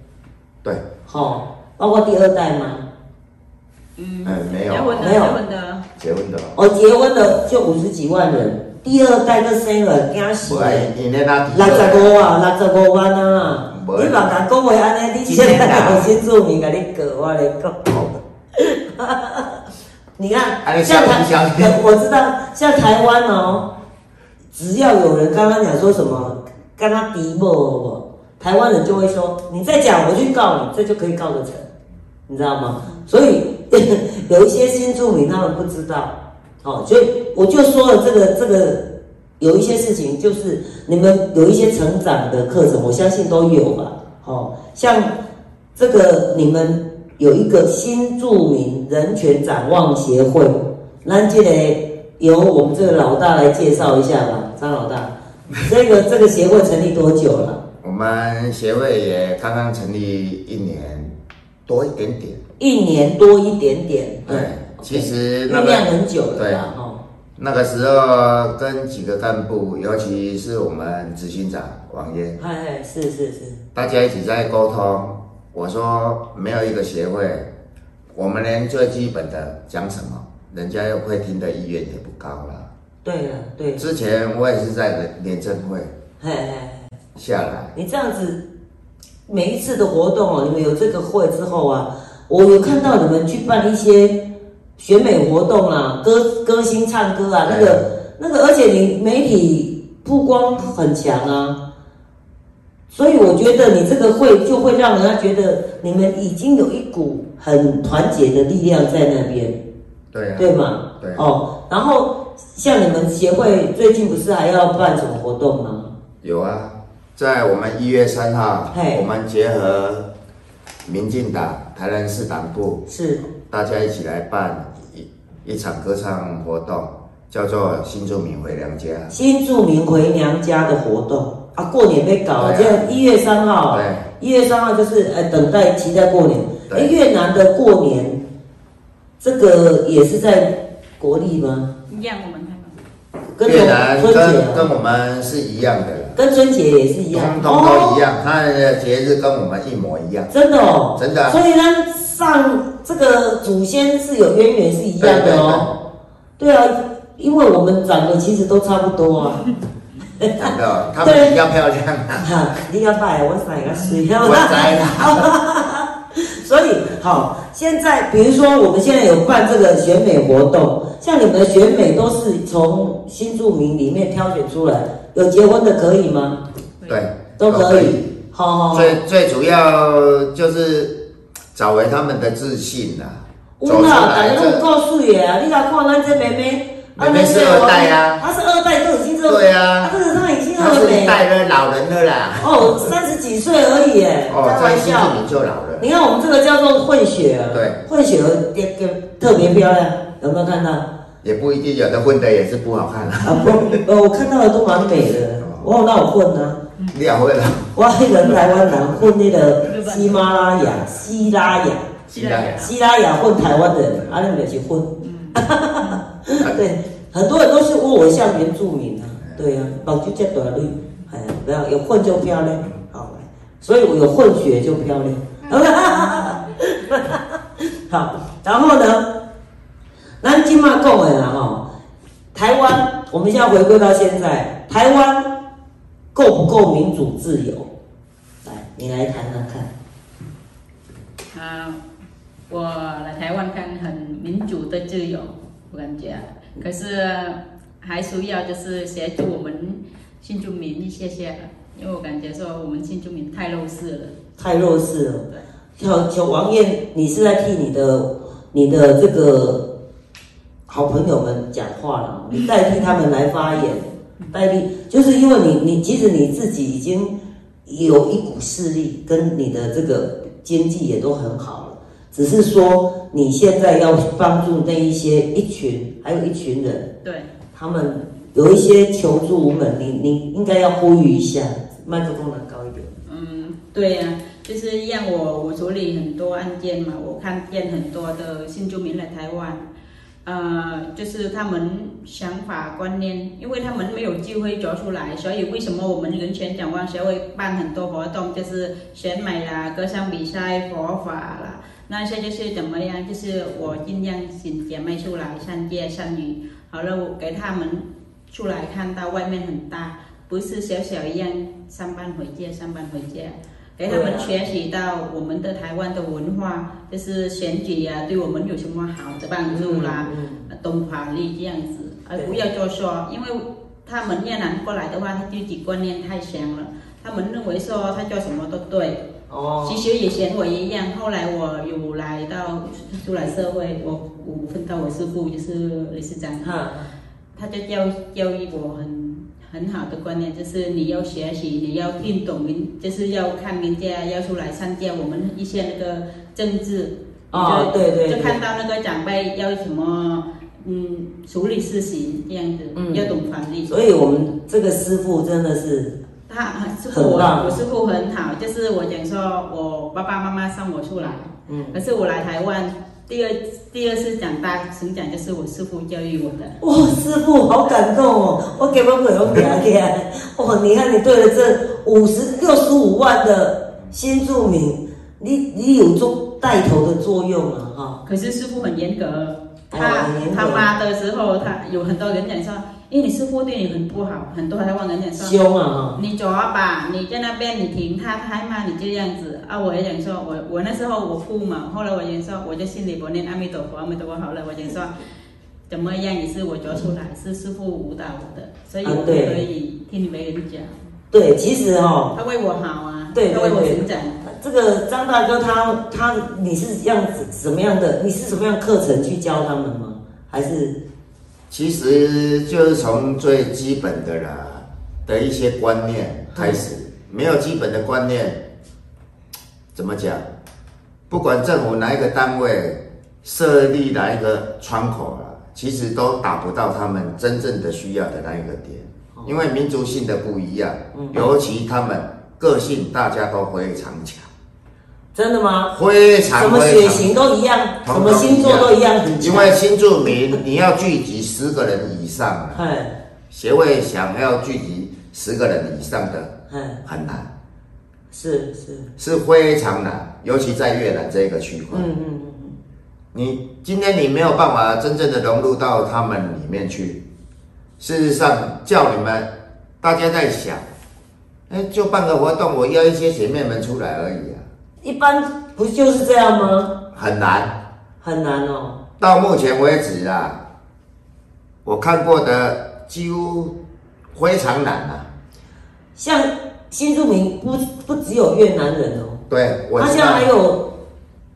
[SPEAKER 3] 对，
[SPEAKER 1] 好、包括第二代吗？
[SPEAKER 2] 嗯
[SPEAKER 3] 哎，没有
[SPEAKER 2] 结婚的，
[SPEAKER 1] 没
[SPEAKER 2] 结
[SPEAKER 1] 有
[SPEAKER 2] 婚的，
[SPEAKER 3] 结婚的哦，
[SPEAKER 1] 哦，结婚的就五十几万人，第二代跟生了惊死
[SPEAKER 3] 我爱
[SPEAKER 1] 的。
[SPEAKER 3] 你那那
[SPEAKER 1] 六十五啊，六十五万啊！
[SPEAKER 3] 无
[SPEAKER 1] 你嘛甲讲话安尼，你现在有新住民甲你过，我来讲。你
[SPEAKER 3] 哎
[SPEAKER 1] 看，像
[SPEAKER 3] 你 想不
[SPEAKER 1] 台
[SPEAKER 3] 想，
[SPEAKER 1] 我知道，像台湾哦，只要有人刚刚讲说什么，跟他敌不不，台湾人就会说，你再讲，我去告你，这就可以告得成，你知道吗？所以 有一些新住民他们不知道，哦，所以我就说了这个这个有一些事情，就是你们有一些成长的课程，我相信都有吧。哦，像这个你们有一个新著名人权展望协会，那这个由我们这个老大来介绍一下吧，张老大。这个这个协会成立多久了？
[SPEAKER 3] 我们协会也刚刚成立一年多一点点，
[SPEAKER 1] 一年多一点点。
[SPEAKER 3] 对，其实那
[SPEAKER 1] 酝酿
[SPEAKER 3] 个
[SPEAKER 1] 很久了
[SPEAKER 3] 对
[SPEAKER 1] 啦，哦，
[SPEAKER 3] 那个时候跟几个干部，尤其是我们执行长王爷，
[SPEAKER 1] 哎哎，是是是，
[SPEAKER 3] 大家一起在沟通。我说没有一个协会，我们连最基本的讲什么，人家又会听的意愿也不高了。
[SPEAKER 1] 对了对了，
[SPEAKER 3] 之前我也是在廉政会
[SPEAKER 1] 嘿嘿。
[SPEAKER 3] 下来，
[SPEAKER 1] 你这样子，每一次的活动哦，你们有这个会之后啊，我有看到你们去办一些选美活动啊，歌歌星唱歌啊，那个那个，而且你媒体曝光很强啊，所以我觉得你这个会就会让人家觉得你们已经有一股很团结的力量在那边，
[SPEAKER 3] 对啊，
[SPEAKER 1] 对吗？
[SPEAKER 3] 对
[SPEAKER 1] 哦，然后像你们协会最近不是还要办什么活动吗？
[SPEAKER 3] 有啊，在我们一月三号
[SPEAKER 1] 嘿，
[SPEAKER 3] 我们结合民进党台南市党部，
[SPEAKER 1] 是
[SPEAKER 3] 大家一起来办一一场歌唱活动，叫做“新住民回娘家
[SPEAKER 1] 新住民回娘家的活动啊，过年被搞了，这
[SPEAKER 3] 对啊
[SPEAKER 1] 样一月三”。号，
[SPEAKER 3] 对，啊
[SPEAKER 1] 一月三号就是呃等待期待过年。哎，
[SPEAKER 3] 对
[SPEAKER 1] 越南的过年，这个也是在国历吗？
[SPEAKER 2] 一样我们台湾。
[SPEAKER 1] 跟
[SPEAKER 3] 越
[SPEAKER 1] 春
[SPEAKER 3] 南
[SPEAKER 1] 春节
[SPEAKER 3] 跟
[SPEAKER 1] 啊
[SPEAKER 3] 跟我们是一样的啦，
[SPEAKER 1] 跟春节也是一样，
[SPEAKER 3] 通通都一
[SPEAKER 1] 哦，
[SPEAKER 3] 样，它的节日跟我们一模一 样，
[SPEAKER 1] 真的哦，
[SPEAKER 3] 真的啊。
[SPEAKER 1] 所以呢，上这个祖先是有渊源是一样的哦。对啊，因为我们长得其实都差不多啊。
[SPEAKER 3] 真的，他们比较漂亮 啊，
[SPEAKER 1] 哈，你个拜，我生个水，
[SPEAKER 3] 我栽啦。
[SPEAKER 1] 所以，好，现在比如说我们现在有办这个选美活动，像你们的选美都是从新住民里面挑选出来，有结婚的可以吗？
[SPEAKER 3] 对，
[SPEAKER 1] 都可以。哦好好好，
[SPEAKER 3] 最最主要就是找回他们的自信啊啦、
[SPEAKER 1] 有啦，大家
[SPEAKER 3] 这
[SPEAKER 1] 都够水的啊！你来看咱这妹妹，
[SPEAKER 3] 妹妹是二代
[SPEAKER 1] 哦
[SPEAKER 3] 啊
[SPEAKER 1] 她是二代都已经这，
[SPEAKER 3] 对
[SPEAKER 1] 啊
[SPEAKER 3] 啊，
[SPEAKER 1] 这个她已经那
[SPEAKER 3] 他
[SPEAKER 1] 么
[SPEAKER 3] 是一
[SPEAKER 1] 美
[SPEAKER 3] 代的老人了啦。
[SPEAKER 1] 哦，三十几岁而已耶，
[SPEAKER 3] 哦，
[SPEAKER 1] 开
[SPEAKER 3] 在
[SPEAKER 1] 玩
[SPEAKER 3] 新
[SPEAKER 1] 笑
[SPEAKER 3] 住。民就老了。
[SPEAKER 1] 你看我们这个叫做混血儿，
[SPEAKER 3] 对，
[SPEAKER 1] 混血儿也也特别漂亮，有没有看到？啊
[SPEAKER 3] 也不一定，有的混的也是不好看了。
[SPEAKER 1] 啊不，呃，我看到的都蛮美的，我有那我混啊，
[SPEAKER 3] 你也会了，
[SPEAKER 1] 我迄个台湾人混那个喜马拉雅、希拉雅、
[SPEAKER 3] 期待呀。
[SPEAKER 1] 希拉雅混台湾人，啊，你们去混。对，很多人都是问我像原住民啊，对啊，老就叫短绿，哎，不要有混就漂亮，好来，所以我有混血就漂亮， 好，然后呢，咱今嘛讲的啦吼，台湾，我们现在回归到现在，台湾够不够民主自由？来，你来谈谈看，
[SPEAKER 2] 啊，我来台湾看很民主的自由，我感觉，可是还需要就是协助我们新住民一些些，因为我感觉说我们新住民太弱势了。
[SPEAKER 1] 太弱势了。
[SPEAKER 2] 对，
[SPEAKER 1] 小小王燕，你是在替你的你的这个好朋友们讲话了，你代替他们来发言，代替，就是因为你你即使你自己已经有一股势力，跟你的这个经济也都很好了，只是说你现在要帮助那一些一群，还有一群人，
[SPEAKER 2] 对，
[SPEAKER 1] 他们有一些求助无门，你你应该要呼吁一下，麦克风拿高一点。
[SPEAKER 2] 嗯，对呀、就是让我我处理很多案件嘛，我看见很多的新住民来台湾，呃，就是他们想法观念，因为他们没有机会走出来，所以为什么我们人权长官协会办很多活动，就是选美啦、歌唱比赛、佛法啦，那些就是怎么样，就是我尽量请姐妹出来参加参与，好了，我给他们出来看到外面很大，不是小小一样上班回家上班回家。给他
[SPEAKER 1] 对
[SPEAKER 2] 们
[SPEAKER 1] 啊
[SPEAKER 2] 学习到我们的台湾的文化，就是选举啊，对我们有什么好的帮助啦，
[SPEAKER 1] 嗯
[SPEAKER 2] 呃懂法律这样子，而
[SPEAKER 1] 对
[SPEAKER 2] 不要就说，因为他们越南过来的话，他自己观念太强了，他们认为说他做什么都对。
[SPEAKER 1] 哦
[SPEAKER 2] 其实以前我也一样，后来我有来到出来社会，我我碰到我师傅就是理事长，
[SPEAKER 1] 哈，
[SPEAKER 2] 他就教教育我很很好的观念，就是你要学习，你要听懂人，就是要看人家要出来参加我们一些那个政治。
[SPEAKER 1] 哦，
[SPEAKER 2] 就
[SPEAKER 1] 对对
[SPEAKER 2] 就
[SPEAKER 1] 对。
[SPEAKER 2] 看到那个长辈要什么，嗯，处理事情这样子，
[SPEAKER 1] 嗯
[SPEAKER 2] 要懂法律。
[SPEAKER 1] 所以我们这个师傅真的 是，
[SPEAKER 2] 他师傅
[SPEAKER 1] 很
[SPEAKER 2] 我
[SPEAKER 1] 棒
[SPEAKER 2] 我师傅很好，就是我讲说我爸爸妈妈送我出来，
[SPEAKER 1] 嗯，
[SPEAKER 2] 可是我来台湾第二第二次长大成长就是我师傅教育我的。
[SPEAKER 1] 哇，师傅好感动哦！我给不给我表起来？ 哇，你看你对了这五十六十五万的新住民，你你有做带头的作用啊，哈、
[SPEAKER 2] 可是师傅很严格，他、
[SPEAKER 1] 哦很严格
[SPEAKER 2] 他妈的时候，他有很多人讲说，因为你师傅对你很不好，很多台湾人讲说。
[SPEAKER 1] 凶啊，
[SPEAKER 2] 你走啊吧，你在那边你停他，他还骂你这样子啊！我也想说，我我那时候我哭嘛，后来我也说，我就心里默念阿弥陀佛，阿弥陀佛好了，我就说，怎么样也是我走出来，是师傅舞蹈我的，所以
[SPEAKER 1] 啊
[SPEAKER 2] 我不
[SPEAKER 1] 对
[SPEAKER 2] 可以听别人讲，
[SPEAKER 1] 哈，对，其实哦，
[SPEAKER 2] 他为我好啊，
[SPEAKER 1] 对
[SPEAKER 2] 他为我
[SPEAKER 1] 对对
[SPEAKER 2] 成长，
[SPEAKER 1] 这个张大哥他他你是这样子什么样的？你是什么样课程去教他们吗？还是
[SPEAKER 3] 其实就是从最基本的啦的一些观念开始，没有基本的观念，怎么讲？不管政府哪一个单位设立哪一个窗口啦，其实都打不到他们真正的需要的那一个点，
[SPEAKER 1] 哦
[SPEAKER 3] 因为民族性的不一样，
[SPEAKER 1] 嗯
[SPEAKER 3] 尤其他们个性大家都非常强，
[SPEAKER 1] 真的吗？
[SPEAKER 3] 非
[SPEAKER 1] 什
[SPEAKER 3] 常
[SPEAKER 1] 么血
[SPEAKER 3] 非常。
[SPEAKER 1] 型都一样，
[SPEAKER 3] 同
[SPEAKER 1] 什
[SPEAKER 3] 同
[SPEAKER 1] 么星座都一样，很
[SPEAKER 3] 因
[SPEAKER 1] 强
[SPEAKER 3] 为新住民你要聚集十个人以上啊。
[SPEAKER 1] 哎
[SPEAKER 3] 协会想要聚集十个人以上的
[SPEAKER 1] 哎，
[SPEAKER 3] 很难，
[SPEAKER 1] 是是，
[SPEAKER 3] 是非常难，尤其在越南这个区块。
[SPEAKER 1] 嗯嗯嗯，
[SPEAKER 3] 你今天你没有办法真正的融入到他们里面去。事实上，叫你们大家在想，哎，就办个活动，我邀一些姐妹们出来而已啊，
[SPEAKER 1] 一般不就是这样吗？
[SPEAKER 3] 很难。
[SPEAKER 1] 很难哦，
[SPEAKER 3] 到目前为止啊，我看过的几乎非常难啊。
[SPEAKER 1] 像新住民不不只有越南人哦，
[SPEAKER 3] 对，我
[SPEAKER 1] 他
[SPEAKER 3] 知
[SPEAKER 1] 现在
[SPEAKER 3] 道
[SPEAKER 1] 还。有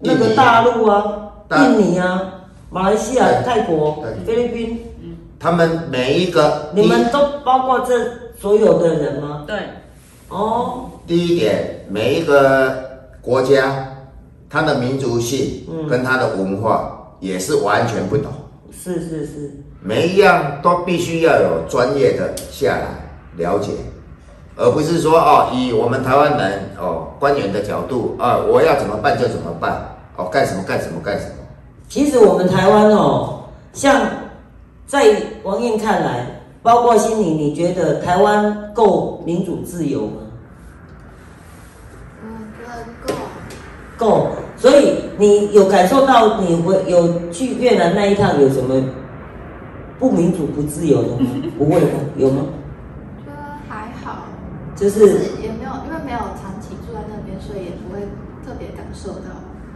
[SPEAKER 1] 那
[SPEAKER 3] 印
[SPEAKER 1] 个
[SPEAKER 3] 尼
[SPEAKER 1] 大陆啊、
[SPEAKER 3] 大
[SPEAKER 1] 印尼啊、马来西亚、
[SPEAKER 3] 对
[SPEAKER 1] 泰国、
[SPEAKER 3] 对
[SPEAKER 1] 菲律宾，
[SPEAKER 3] 他们每一个
[SPEAKER 1] 你们都包括这所有的人吗？
[SPEAKER 2] 对，
[SPEAKER 1] 哦，
[SPEAKER 3] 第一点，每一个国家，它的民族性跟它的文化也是完全不同，
[SPEAKER 1] 是是是，
[SPEAKER 3] 每一样都必须要有专业的下来了解，而不是说哦，以我们台湾人哦官员的角度啊、我要怎么办就怎么办，哦干什么干什么干什么，
[SPEAKER 1] 其实我们台湾哦，像在王燕看来，包括心里，你觉得台湾够民主自由吗？
[SPEAKER 5] 嗯，不够，
[SPEAKER 1] 够，所以你有感受到你回有去越南那一趟有什么不民主不自由的吗？不会吗？有吗？
[SPEAKER 5] 就还好，
[SPEAKER 1] 就
[SPEAKER 5] 就是是也没有，因为没有长期住在那边，所以也不会特别感受到。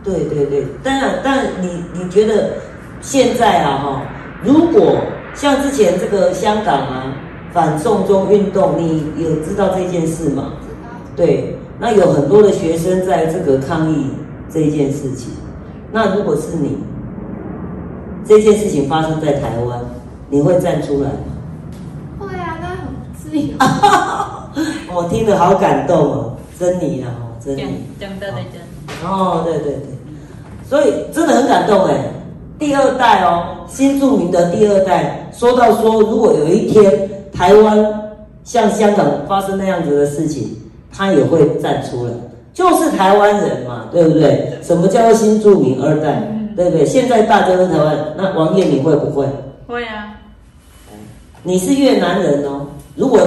[SPEAKER 1] 对对对，当然，但你你觉得现在啊哈，如果像之前这个香港啊反送中运动，你有知道这件事吗？
[SPEAKER 5] 知道
[SPEAKER 1] 对，那有很多的学生在这个抗议这一件事情。那如果是你，这件事情发生在台湾，你会站出来吗？
[SPEAKER 5] 会啊，那很不自由。
[SPEAKER 1] 我、哦听了好感动哦，珍妮啊，哦，珍
[SPEAKER 2] 讲
[SPEAKER 1] 妮，
[SPEAKER 2] 讲到的真，
[SPEAKER 1] 哦，对对对，所以真的很感动哎。第二代哦，新著名的第二代，说到说，如果有一天台湾像香港发生那样子的事情，他也会站出来，就是台湾人嘛，对不对？什么叫做新著名二代，对不对？现在大家都台湾，那王艳你会不会？
[SPEAKER 2] 会啊，
[SPEAKER 1] 你是越南人哦，如果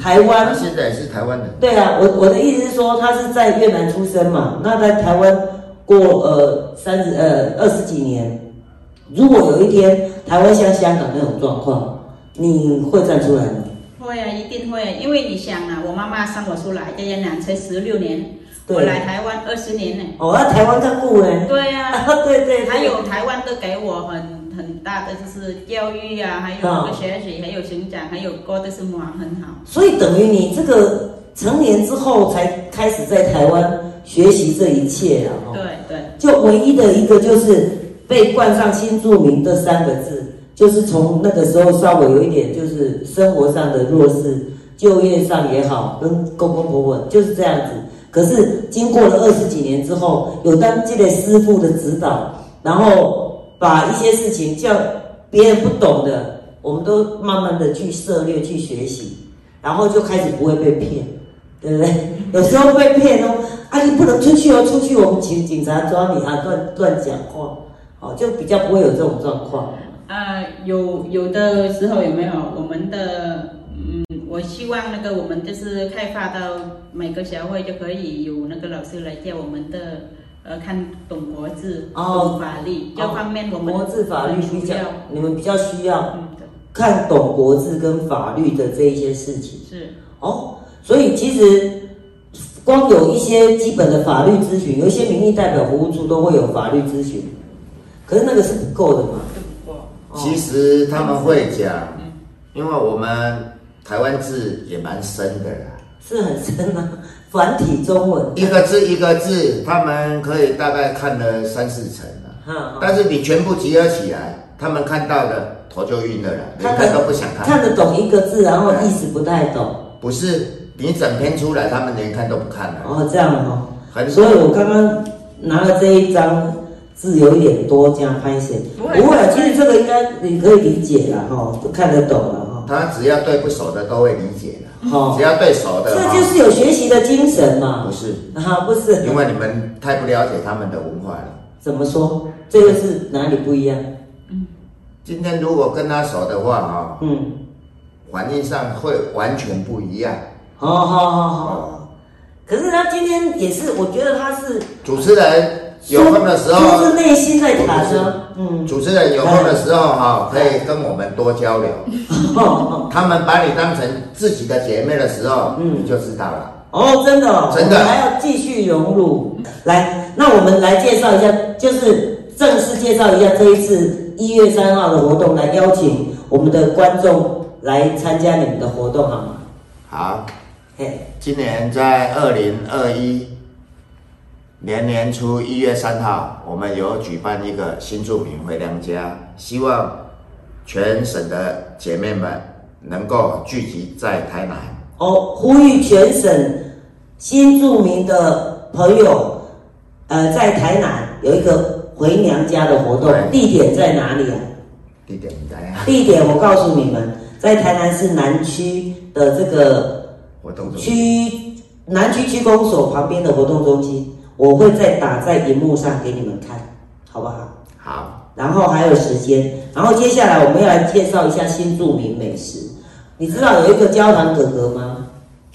[SPEAKER 1] 台
[SPEAKER 3] 他
[SPEAKER 1] 湾
[SPEAKER 3] 现在也是台湾人，
[SPEAKER 1] 对啊，我我的意思是说，他是在越南出生嘛，那在台湾过呃三十呃二十几年，如果有一天台湾像香港那种状况，你会站出来吗？
[SPEAKER 2] 会啊，一定会，因为你想啊，我妈妈生我出来在越南才十六年，我来
[SPEAKER 1] 对，
[SPEAKER 2] 台湾二十年呢，
[SPEAKER 1] 哦，那台湾更顾呢？
[SPEAKER 2] 对呀、啊。
[SPEAKER 1] 啊，对对，对
[SPEAKER 2] 还有台湾都给我很很大的就是教育啊，还有
[SPEAKER 1] 啊
[SPEAKER 2] 那个学习，还有成长，还有歌的生活很好。
[SPEAKER 1] 所以等于你这个成年之后才开始在台湾学习这一切啊、哦，
[SPEAKER 2] 对对
[SPEAKER 1] 就唯一的一个就是被冠上新著名这三个字，就是从那个时候稍微有一点就是生活上的弱势，就业上也好，跟公公婆婆就是这样子。可是经过了二十几年之后，有当这个师傅的指导，然后把一些事情叫别人不懂的，我们都慢慢的去涉猎、去学习，然后就开始不会被骗，对不对？有时候被骗哦，啊，你不能出去哦，出去我们警警察抓你啊，乱乱讲话，哦，就比较不会有这种状况。
[SPEAKER 2] 啊，有有的时候有没有我们的嗯，我希望那个我们就是开发到每个小会就可以有那个老师来教我们的呃看懂国字、
[SPEAKER 1] 哦
[SPEAKER 2] 懂法律这方面我们
[SPEAKER 1] 国字法律比
[SPEAKER 2] 需
[SPEAKER 1] 较
[SPEAKER 2] 要。，
[SPEAKER 1] 你们比较需要
[SPEAKER 2] 嗯，对
[SPEAKER 1] 看懂国字跟法律的这一些事情。
[SPEAKER 2] 是
[SPEAKER 1] 哦，所以其实光有一些基本的法律咨询，有一些民意代表服务处都会有法律咨询，可是那个是不够的嘛。
[SPEAKER 2] 不过
[SPEAKER 1] 哦
[SPEAKER 3] 其实他们会讲，因为我们台湾字也蛮深的啦。
[SPEAKER 1] 是很深啊，繁体中文。
[SPEAKER 3] 一个字一个字，他们可以大概看了三四成了、
[SPEAKER 1] 哈，哈
[SPEAKER 3] 但是你全部集合起来，他们看到的头就晕了啦，
[SPEAKER 1] 看
[SPEAKER 3] 连
[SPEAKER 1] 得
[SPEAKER 3] 看都不想看。
[SPEAKER 1] 看得懂一个字，然后意思不太懂。
[SPEAKER 3] 不是你整篇出来，他们连看都不看了。
[SPEAKER 1] 哦，这样哦。
[SPEAKER 3] 很
[SPEAKER 1] 所以我刚刚拿了这一张字有一点多，这样拍写。
[SPEAKER 2] 不会
[SPEAKER 1] 不会啊，其实这个应该你可以理解啦，哈、都看得懂了
[SPEAKER 3] 他只要对不熟的都会理解的，
[SPEAKER 1] 哈。好、
[SPEAKER 3] 只要对熟的，
[SPEAKER 1] 哦这就是有学习的精神
[SPEAKER 3] 哦
[SPEAKER 1] 嘛
[SPEAKER 3] 不。是，
[SPEAKER 1] 啊，不是。
[SPEAKER 3] 因为你们太不了解他们的文化了。
[SPEAKER 1] 怎么说？这个是哪里不一样？
[SPEAKER 3] 今天如果跟他熟的话啊、
[SPEAKER 1] 嗯，
[SPEAKER 3] 反应上会完全不一样。
[SPEAKER 1] 好好好好。可是他今天也是，我觉得他是
[SPEAKER 3] 主持人有空的时
[SPEAKER 1] 说
[SPEAKER 3] 候啊
[SPEAKER 1] 就是，内心在谈啊。嗯，
[SPEAKER 3] 主持人有空的时候哈、可以跟我们多交流。
[SPEAKER 1] 哦，
[SPEAKER 3] 他们把你当成自己的姐妹的时候，
[SPEAKER 1] 嗯
[SPEAKER 3] 你就知道了。
[SPEAKER 1] 哦真的、哦，
[SPEAKER 3] 真的
[SPEAKER 1] 我们还要继续融入。来，那我们来介绍一下，就是正式介绍一下这一次一月三号的活动，来邀请我们的观众来参加你们的活动，好吗？
[SPEAKER 3] 好，
[SPEAKER 1] 嘿，
[SPEAKER 3] 今年在二零二一年年初一月三号，我们有举办一个新住民回娘家，希望全省的姐妹们能够聚集在台南，
[SPEAKER 1] 哦，呼吁全省新住民的朋友，呃，在台南有一个回娘家的活动
[SPEAKER 3] 对，
[SPEAKER 1] 地点在哪里啊？
[SPEAKER 3] 地点来啊，
[SPEAKER 1] 地点我告诉你们，在台南市南区的这个
[SPEAKER 3] 活动中
[SPEAKER 1] 区南区区公所旁边的活动中心，我会再打在荧幕上给你们看，好不好？
[SPEAKER 3] 好，
[SPEAKER 1] 然后还有时间，然后接下来我们要来介绍一下新著名美食。你知道有一个焦糖哥哥吗？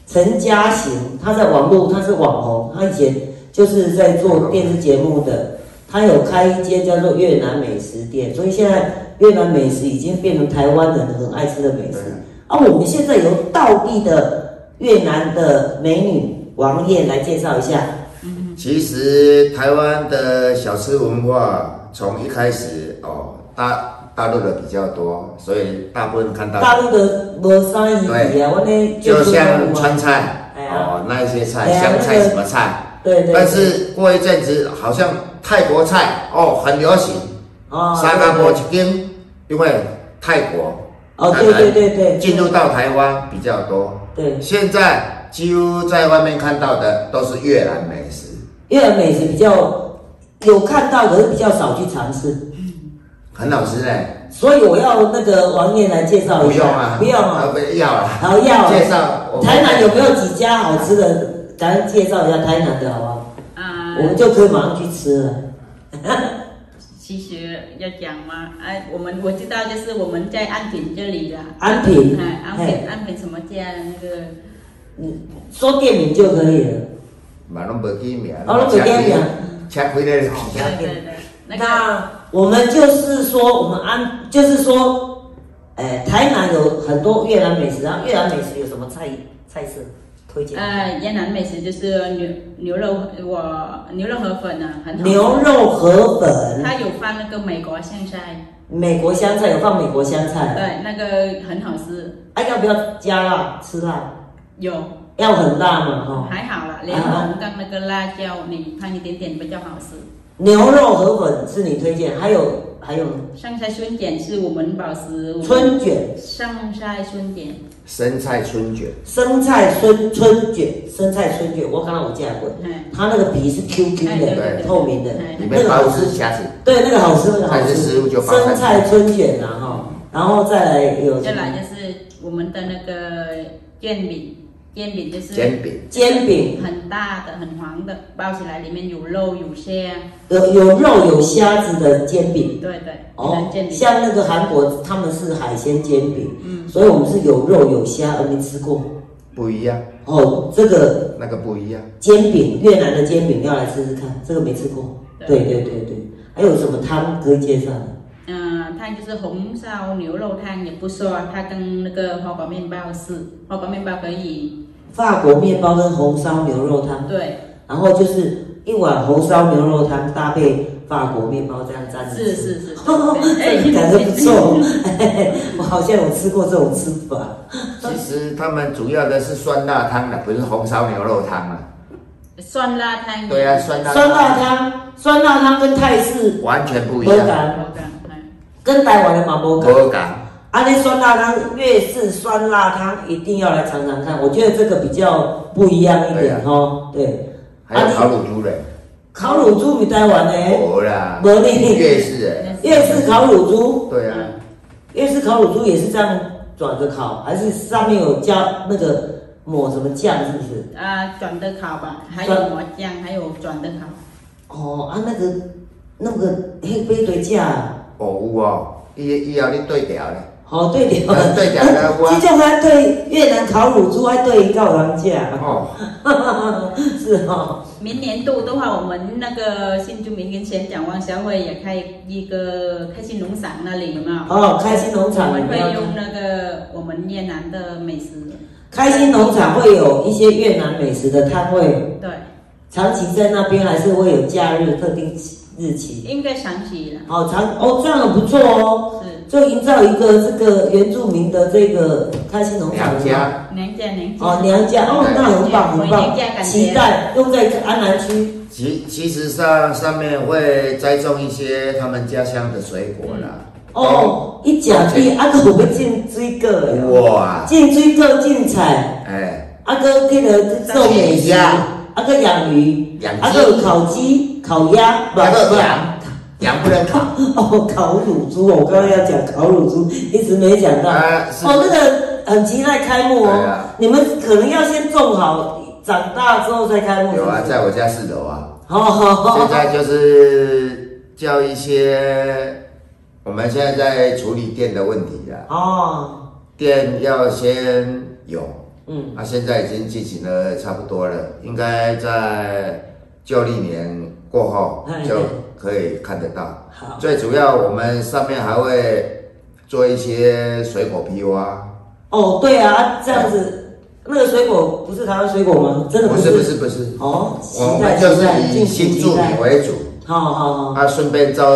[SPEAKER 1] 陈嘉行，他在网络他是网红，他以前就是在做电视节目的，他有开一间叫做越南美食店，所以现在越南美食已经变成台湾人很爱吃的美食。啊，我们现在由道地的越南的美女王燕来介绍一下。
[SPEAKER 3] 其实台湾的小吃文化从一开始哦，大大陆的比较多，所以大部分看到
[SPEAKER 1] 大陆的无啥意义啊，我那
[SPEAKER 3] 啊就像川菜
[SPEAKER 1] 哎呀
[SPEAKER 3] 哦，那一些菜，
[SPEAKER 1] 哎呀
[SPEAKER 3] 湘
[SPEAKER 1] 那
[SPEAKER 3] 菜
[SPEAKER 1] 个
[SPEAKER 3] 什么菜，
[SPEAKER 1] 对对，
[SPEAKER 3] 但是过一阵子好像泰国菜哦很流行，
[SPEAKER 1] 哦，
[SPEAKER 3] 沙拉波一斤，因为泰国
[SPEAKER 1] 哦，对对对对，
[SPEAKER 3] 进入到台湾比较多，
[SPEAKER 1] 对
[SPEAKER 3] 现在几乎在外面看到的都是越南美食。
[SPEAKER 1] 越南美食比较有看到，可是比较少去尝试，
[SPEAKER 3] 很好吃嘞，
[SPEAKER 1] 所以我要那个王燕来介绍
[SPEAKER 3] 不
[SPEAKER 1] 一
[SPEAKER 3] 用
[SPEAKER 1] 下
[SPEAKER 3] 啊，，
[SPEAKER 1] 不要
[SPEAKER 3] 啊，
[SPEAKER 1] 啊，
[SPEAKER 3] 不要啊，
[SPEAKER 1] 好要
[SPEAKER 3] 介绍我们
[SPEAKER 1] 台南有没有几家好吃的？赶快介绍一下台南的好不好？
[SPEAKER 2] 啊
[SPEAKER 1] 我，们就可以马上去吃了。
[SPEAKER 2] 其实要讲嘛，哎、我们我知道就是我们在安平这里的
[SPEAKER 1] 安平
[SPEAKER 2] 哎，安
[SPEAKER 1] 嗯嘿
[SPEAKER 2] 平安平什么家的那个
[SPEAKER 1] 说店名就可以了。
[SPEAKER 3] 嘛拢无见面，
[SPEAKER 1] 哦，那个店名。
[SPEAKER 3] 吃亏了就去啊
[SPEAKER 1] 安平
[SPEAKER 2] 对对对，那个
[SPEAKER 1] 那我们就是说，我们安就是说，呃，台南有很多越南美食，然后越南美食有什么菜菜式推荐？
[SPEAKER 2] 呃，越南美食就是牛牛肉，我牛肉河粉啊，很好吃
[SPEAKER 1] 牛肉河粉，
[SPEAKER 2] 它有放那个美国香菜，
[SPEAKER 1] 美国香菜有放美国香菜，
[SPEAKER 2] 对，那个很好吃，
[SPEAKER 1] 啊，要不要加辣？吃辣
[SPEAKER 2] 有
[SPEAKER 1] 要很辣嘛，哈、哦。
[SPEAKER 2] 还好啦，莲蓉跟那个辣椒你放一点点比较好吃。
[SPEAKER 1] 牛肉河粉是你推荐，还有还有
[SPEAKER 2] 上菜春卷是我们保持我们
[SPEAKER 1] 春卷、
[SPEAKER 2] 上菜春卷，
[SPEAKER 3] 生菜春卷，
[SPEAKER 1] 生菜春春卷、生菜春卷，我刚刚有见过，
[SPEAKER 2] 哎，
[SPEAKER 1] 它那个皮是 Q Q
[SPEAKER 2] 对
[SPEAKER 1] 的、
[SPEAKER 2] 对
[SPEAKER 1] 透明的
[SPEAKER 2] 哎，
[SPEAKER 3] 里
[SPEAKER 1] 那
[SPEAKER 3] 面
[SPEAKER 1] 个好
[SPEAKER 3] 包
[SPEAKER 1] 吃
[SPEAKER 3] 是。虾子，
[SPEAKER 1] 对，那个好吃，那个好
[SPEAKER 3] 还
[SPEAKER 1] 吃。
[SPEAKER 3] 是食物就放
[SPEAKER 1] 生菜春卷啊，哈，然后再来有什
[SPEAKER 2] 再
[SPEAKER 1] 么
[SPEAKER 2] 来就是我们的那个卷饼，卷饼就是
[SPEAKER 3] 煎饼，
[SPEAKER 1] 煎饼，
[SPEAKER 2] 很大的、很黄的，包起来里面有肉有馅，
[SPEAKER 1] 有有肉有虾子的煎饼
[SPEAKER 2] 对对，
[SPEAKER 1] 哦
[SPEAKER 2] 卷，饼。
[SPEAKER 1] 像那个韩国他们是海鲜煎饼，
[SPEAKER 2] 嗯，
[SPEAKER 1] 所以我们是有肉有虾，而没吃过
[SPEAKER 3] 不一样，
[SPEAKER 1] 哦。这个
[SPEAKER 3] 那个不一样，
[SPEAKER 1] 煎饼，越南的煎饼要来试试看，这个没吃过。对对对对，还有什么汤可以介绍？
[SPEAKER 2] 嗯，它就是红烧牛肉汤也不错，它跟那个花果面包是花果面包可以，
[SPEAKER 1] 法国面包跟红烧牛肉汤，
[SPEAKER 2] 对，
[SPEAKER 1] 然后就是一碗红烧牛肉汤搭配法国面包这样沾着吃。
[SPEAKER 2] 是是是，
[SPEAKER 1] 这个感觉不错，我好像有吃过这种吃法。
[SPEAKER 3] 其实他们主要的是酸辣汤的，不是红烧牛肉汤啊，
[SPEAKER 2] 酸辣汤，
[SPEAKER 3] 对啊，酸辣
[SPEAKER 1] 嗯酸辣汤，酸辣汤跟泰式
[SPEAKER 3] 完全不
[SPEAKER 1] 无
[SPEAKER 3] 一样，
[SPEAKER 1] 同，
[SPEAKER 2] 好感，嗯
[SPEAKER 1] 跟台湾的嘛无同。
[SPEAKER 3] 口感
[SPEAKER 1] 啊，那酸辣汤，粤式酸辣汤一定要来尝尝看，我觉得这个比较不一样一点哦。对，
[SPEAKER 3] 还
[SPEAKER 1] 啊
[SPEAKER 3] 有
[SPEAKER 1] 你
[SPEAKER 3] 烤乳猪嘞，
[SPEAKER 1] 烤乳猪比台湾的，
[SPEAKER 3] 哦啦，
[SPEAKER 1] 无呢？
[SPEAKER 3] 粤式哎，
[SPEAKER 1] 粤式烤乳猪，
[SPEAKER 3] 对啊，
[SPEAKER 1] 粤式烤乳猪也是这样转着烤，还是上面有加那个抹什么酱，是不是？
[SPEAKER 2] 啊，转的烤吧，还
[SPEAKER 1] 转
[SPEAKER 2] 有麻酱，还有转的烤，
[SPEAKER 1] 哦，啊，那个那个黑杯对价，
[SPEAKER 3] 哦有哦，以以后你对调嘞，
[SPEAKER 1] 好对调
[SPEAKER 3] 啊对调了我
[SPEAKER 1] 这种还对越南烤乳猪还对高档价，
[SPEAKER 3] 哦，
[SPEAKER 1] 是哦，
[SPEAKER 2] 明年度的话，我们那个新居民跟前展望协会也开一个开心农场那里有没有？
[SPEAKER 1] 哦，开心农
[SPEAKER 2] 我
[SPEAKER 1] 场有
[SPEAKER 2] 们
[SPEAKER 1] 没
[SPEAKER 2] 会
[SPEAKER 1] 有？
[SPEAKER 2] 用那个我们越南的美食，
[SPEAKER 1] 开心农场会有一些越南美食的摊位，
[SPEAKER 2] 对，
[SPEAKER 1] 长期在那边还是会有假日特定日期。
[SPEAKER 2] 应该想起了，
[SPEAKER 1] 哦，长哦，这样很不错哦，
[SPEAKER 2] 是
[SPEAKER 1] 就营造一个这个原住民的这个开心农场
[SPEAKER 3] 娘家
[SPEAKER 2] 娘家娘家。
[SPEAKER 1] 哦，娘家哦，那很棒很棒，期待用在安南区。
[SPEAKER 3] 其其实上上面会栽种一些他们家乡的水果啦，
[SPEAKER 1] 哦，一食米，啊，佫有要种水果的，
[SPEAKER 3] 哦哇，
[SPEAKER 1] 种水果种菜，
[SPEAKER 3] 哎、哎，
[SPEAKER 1] 啊，搁迄个做美食，啊，搁养鱼，
[SPEAKER 3] 养
[SPEAKER 1] 啊，搁有
[SPEAKER 3] 鸡，
[SPEAKER 1] 烤鸡、烤鸭，
[SPEAKER 3] 还啊有
[SPEAKER 1] 不
[SPEAKER 3] 羊，羊不能烤，
[SPEAKER 1] 哦，烤乳猪，我刚刚要讲烤乳猪，一直没讲到。
[SPEAKER 3] 啊，是，
[SPEAKER 1] 哦，那个很期待开幕
[SPEAKER 3] 对
[SPEAKER 1] 哦
[SPEAKER 3] 啊，
[SPEAKER 1] 你们可能要先种好，长大之后再开幕。
[SPEAKER 3] 有啊，
[SPEAKER 1] 是不是哦
[SPEAKER 3] 在我家四楼啊。
[SPEAKER 1] 好好好，
[SPEAKER 3] 现在就是叫一些，我们现在在处理电的问题啊，
[SPEAKER 1] 哦，
[SPEAKER 3] 电要先有，
[SPEAKER 1] 嗯，
[SPEAKER 3] 啊，现在已经进行的差不多了，应该在旧历年过后
[SPEAKER 1] 哎
[SPEAKER 3] 就可以看得到。
[SPEAKER 1] 好，
[SPEAKER 3] 最主要我们上面还会做一些水果批发，
[SPEAKER 1] 哦，对啊，这样子，那个水果不是台湾水果吗？真的
[SPEAKER 3] 不是不，是不是，
[SPEAKER 1] 哦，
[SPEAKER 3] 我
[SPEAKER 1] 期待
[SPEAKER 3] 们就
[SPEAKER 1] 期
[SPEAKER 3] 是
[SPEAKER 1] 待，
[SPEAKER 3] 以
[SPEAKER 1] 敬
[SPEAKER 3] 新
[SPEAKER 1] 请
[SPEAKER 3] 住
[SPEAKER 1] 期
[SPEAKER 3] 民
[SPEAKER 1] 待。
[SPEAKER 3] 为主。
[SPEAKER 1] 好好好，
[SPEAKER 3] 啊，顺便照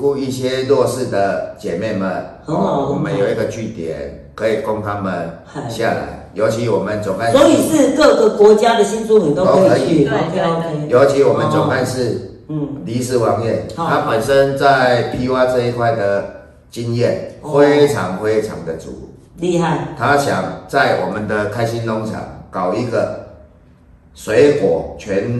[SPEAKER 3] 顾一些弱势的姐妹们，
[SPEAKER 1] 很好很好
[SPEAKER 3] 我们有一个据点可以供她们
[SPEAKER 1] 嗨
[SPEAKER 3] 下来，尤其我们总干
[SPEAKER 1] 所以
[SPEAKER 3] 事，
[SPEAKER 1] 是各个国家的新住民都
[SPEAKER 3] 都
[SPEAKER 1] 可
[SPEAKER 3] 可
[SPEAKER 1] 以
[SPEAKER 3] 以
[SPEAKER 1] 去
[SPEAKER 2] 对
[SPEAKER 1] ，OK
[SPEAKER 2] 对
[SPEAKER 1] OK，
[SPEAKER 3] 尤其我们总干事
[SPEAKER 1] 嗯，
[SPEAKER 3] 黎氏王爷，
[SPEAKER 1] 好
[SPEAKER 3] 他本身在批发这一块的经验
[SPEAKER 1] 哦
[SPEAKER 3] 非常非常的足，
[SPEAKER 1] 厉害，
[SPEAKER 3] 他想在我们的开心农场搞一个水果全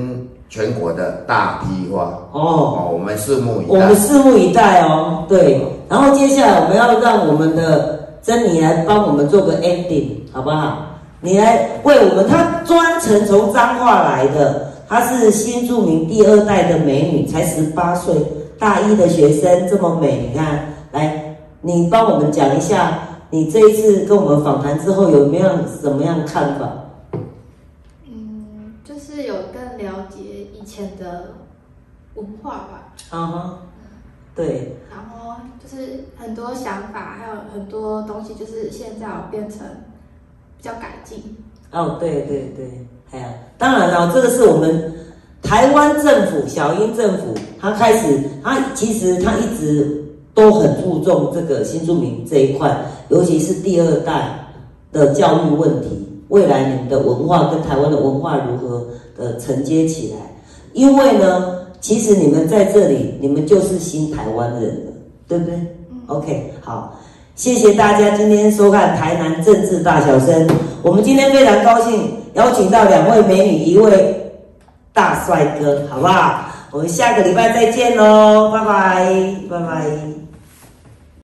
[SPEAKER 3] 全国的大批发，
[SPEAKER 1] 哦。
[SPEAKER 3] 哦，我们拭目以
[SPEAKER 1] 我
[SPEAKER 3] 待
[SPEAKER 1] 们。拭目以待哦。对，然后接下来我们要让我们的珍妮来帮我们做个 ending，好不好？你来为我们，她专程从彰化来的，她是新著名第二代的美女，才十八岁，大一的学生，这么美，你看，来，你帮我们讲一下，你这一次跟我们访谈之后有没有什么样的看法？
[SPEAKER 5] 嗯，就是有更了解以前的文化吧，
[SPEAKER 1] 啊哈，对，
[SPEAKER 5] 然后就是很多想法，还有很多东西，就是现在有变成比较改进。
[SPEAKER 1] 哦，对对对，哎呀，当然了，这个是我们台湾政府、小英政府，他开始，他其实他一直都很注重这个新住民这一块，尤其是第二代的教育问题，未来你们的文化跟台湾的文化如何的承接起来？因为呢，其实你们在这里，你们就是新台湾人了，对不对？OK，好，谢谢大家今天收看《台南政治大小生》。我们今天非常高兴邀请到两位美女，一位大帅哥，好不好？我们下个礼拜再见喽，拜拜，拜拜。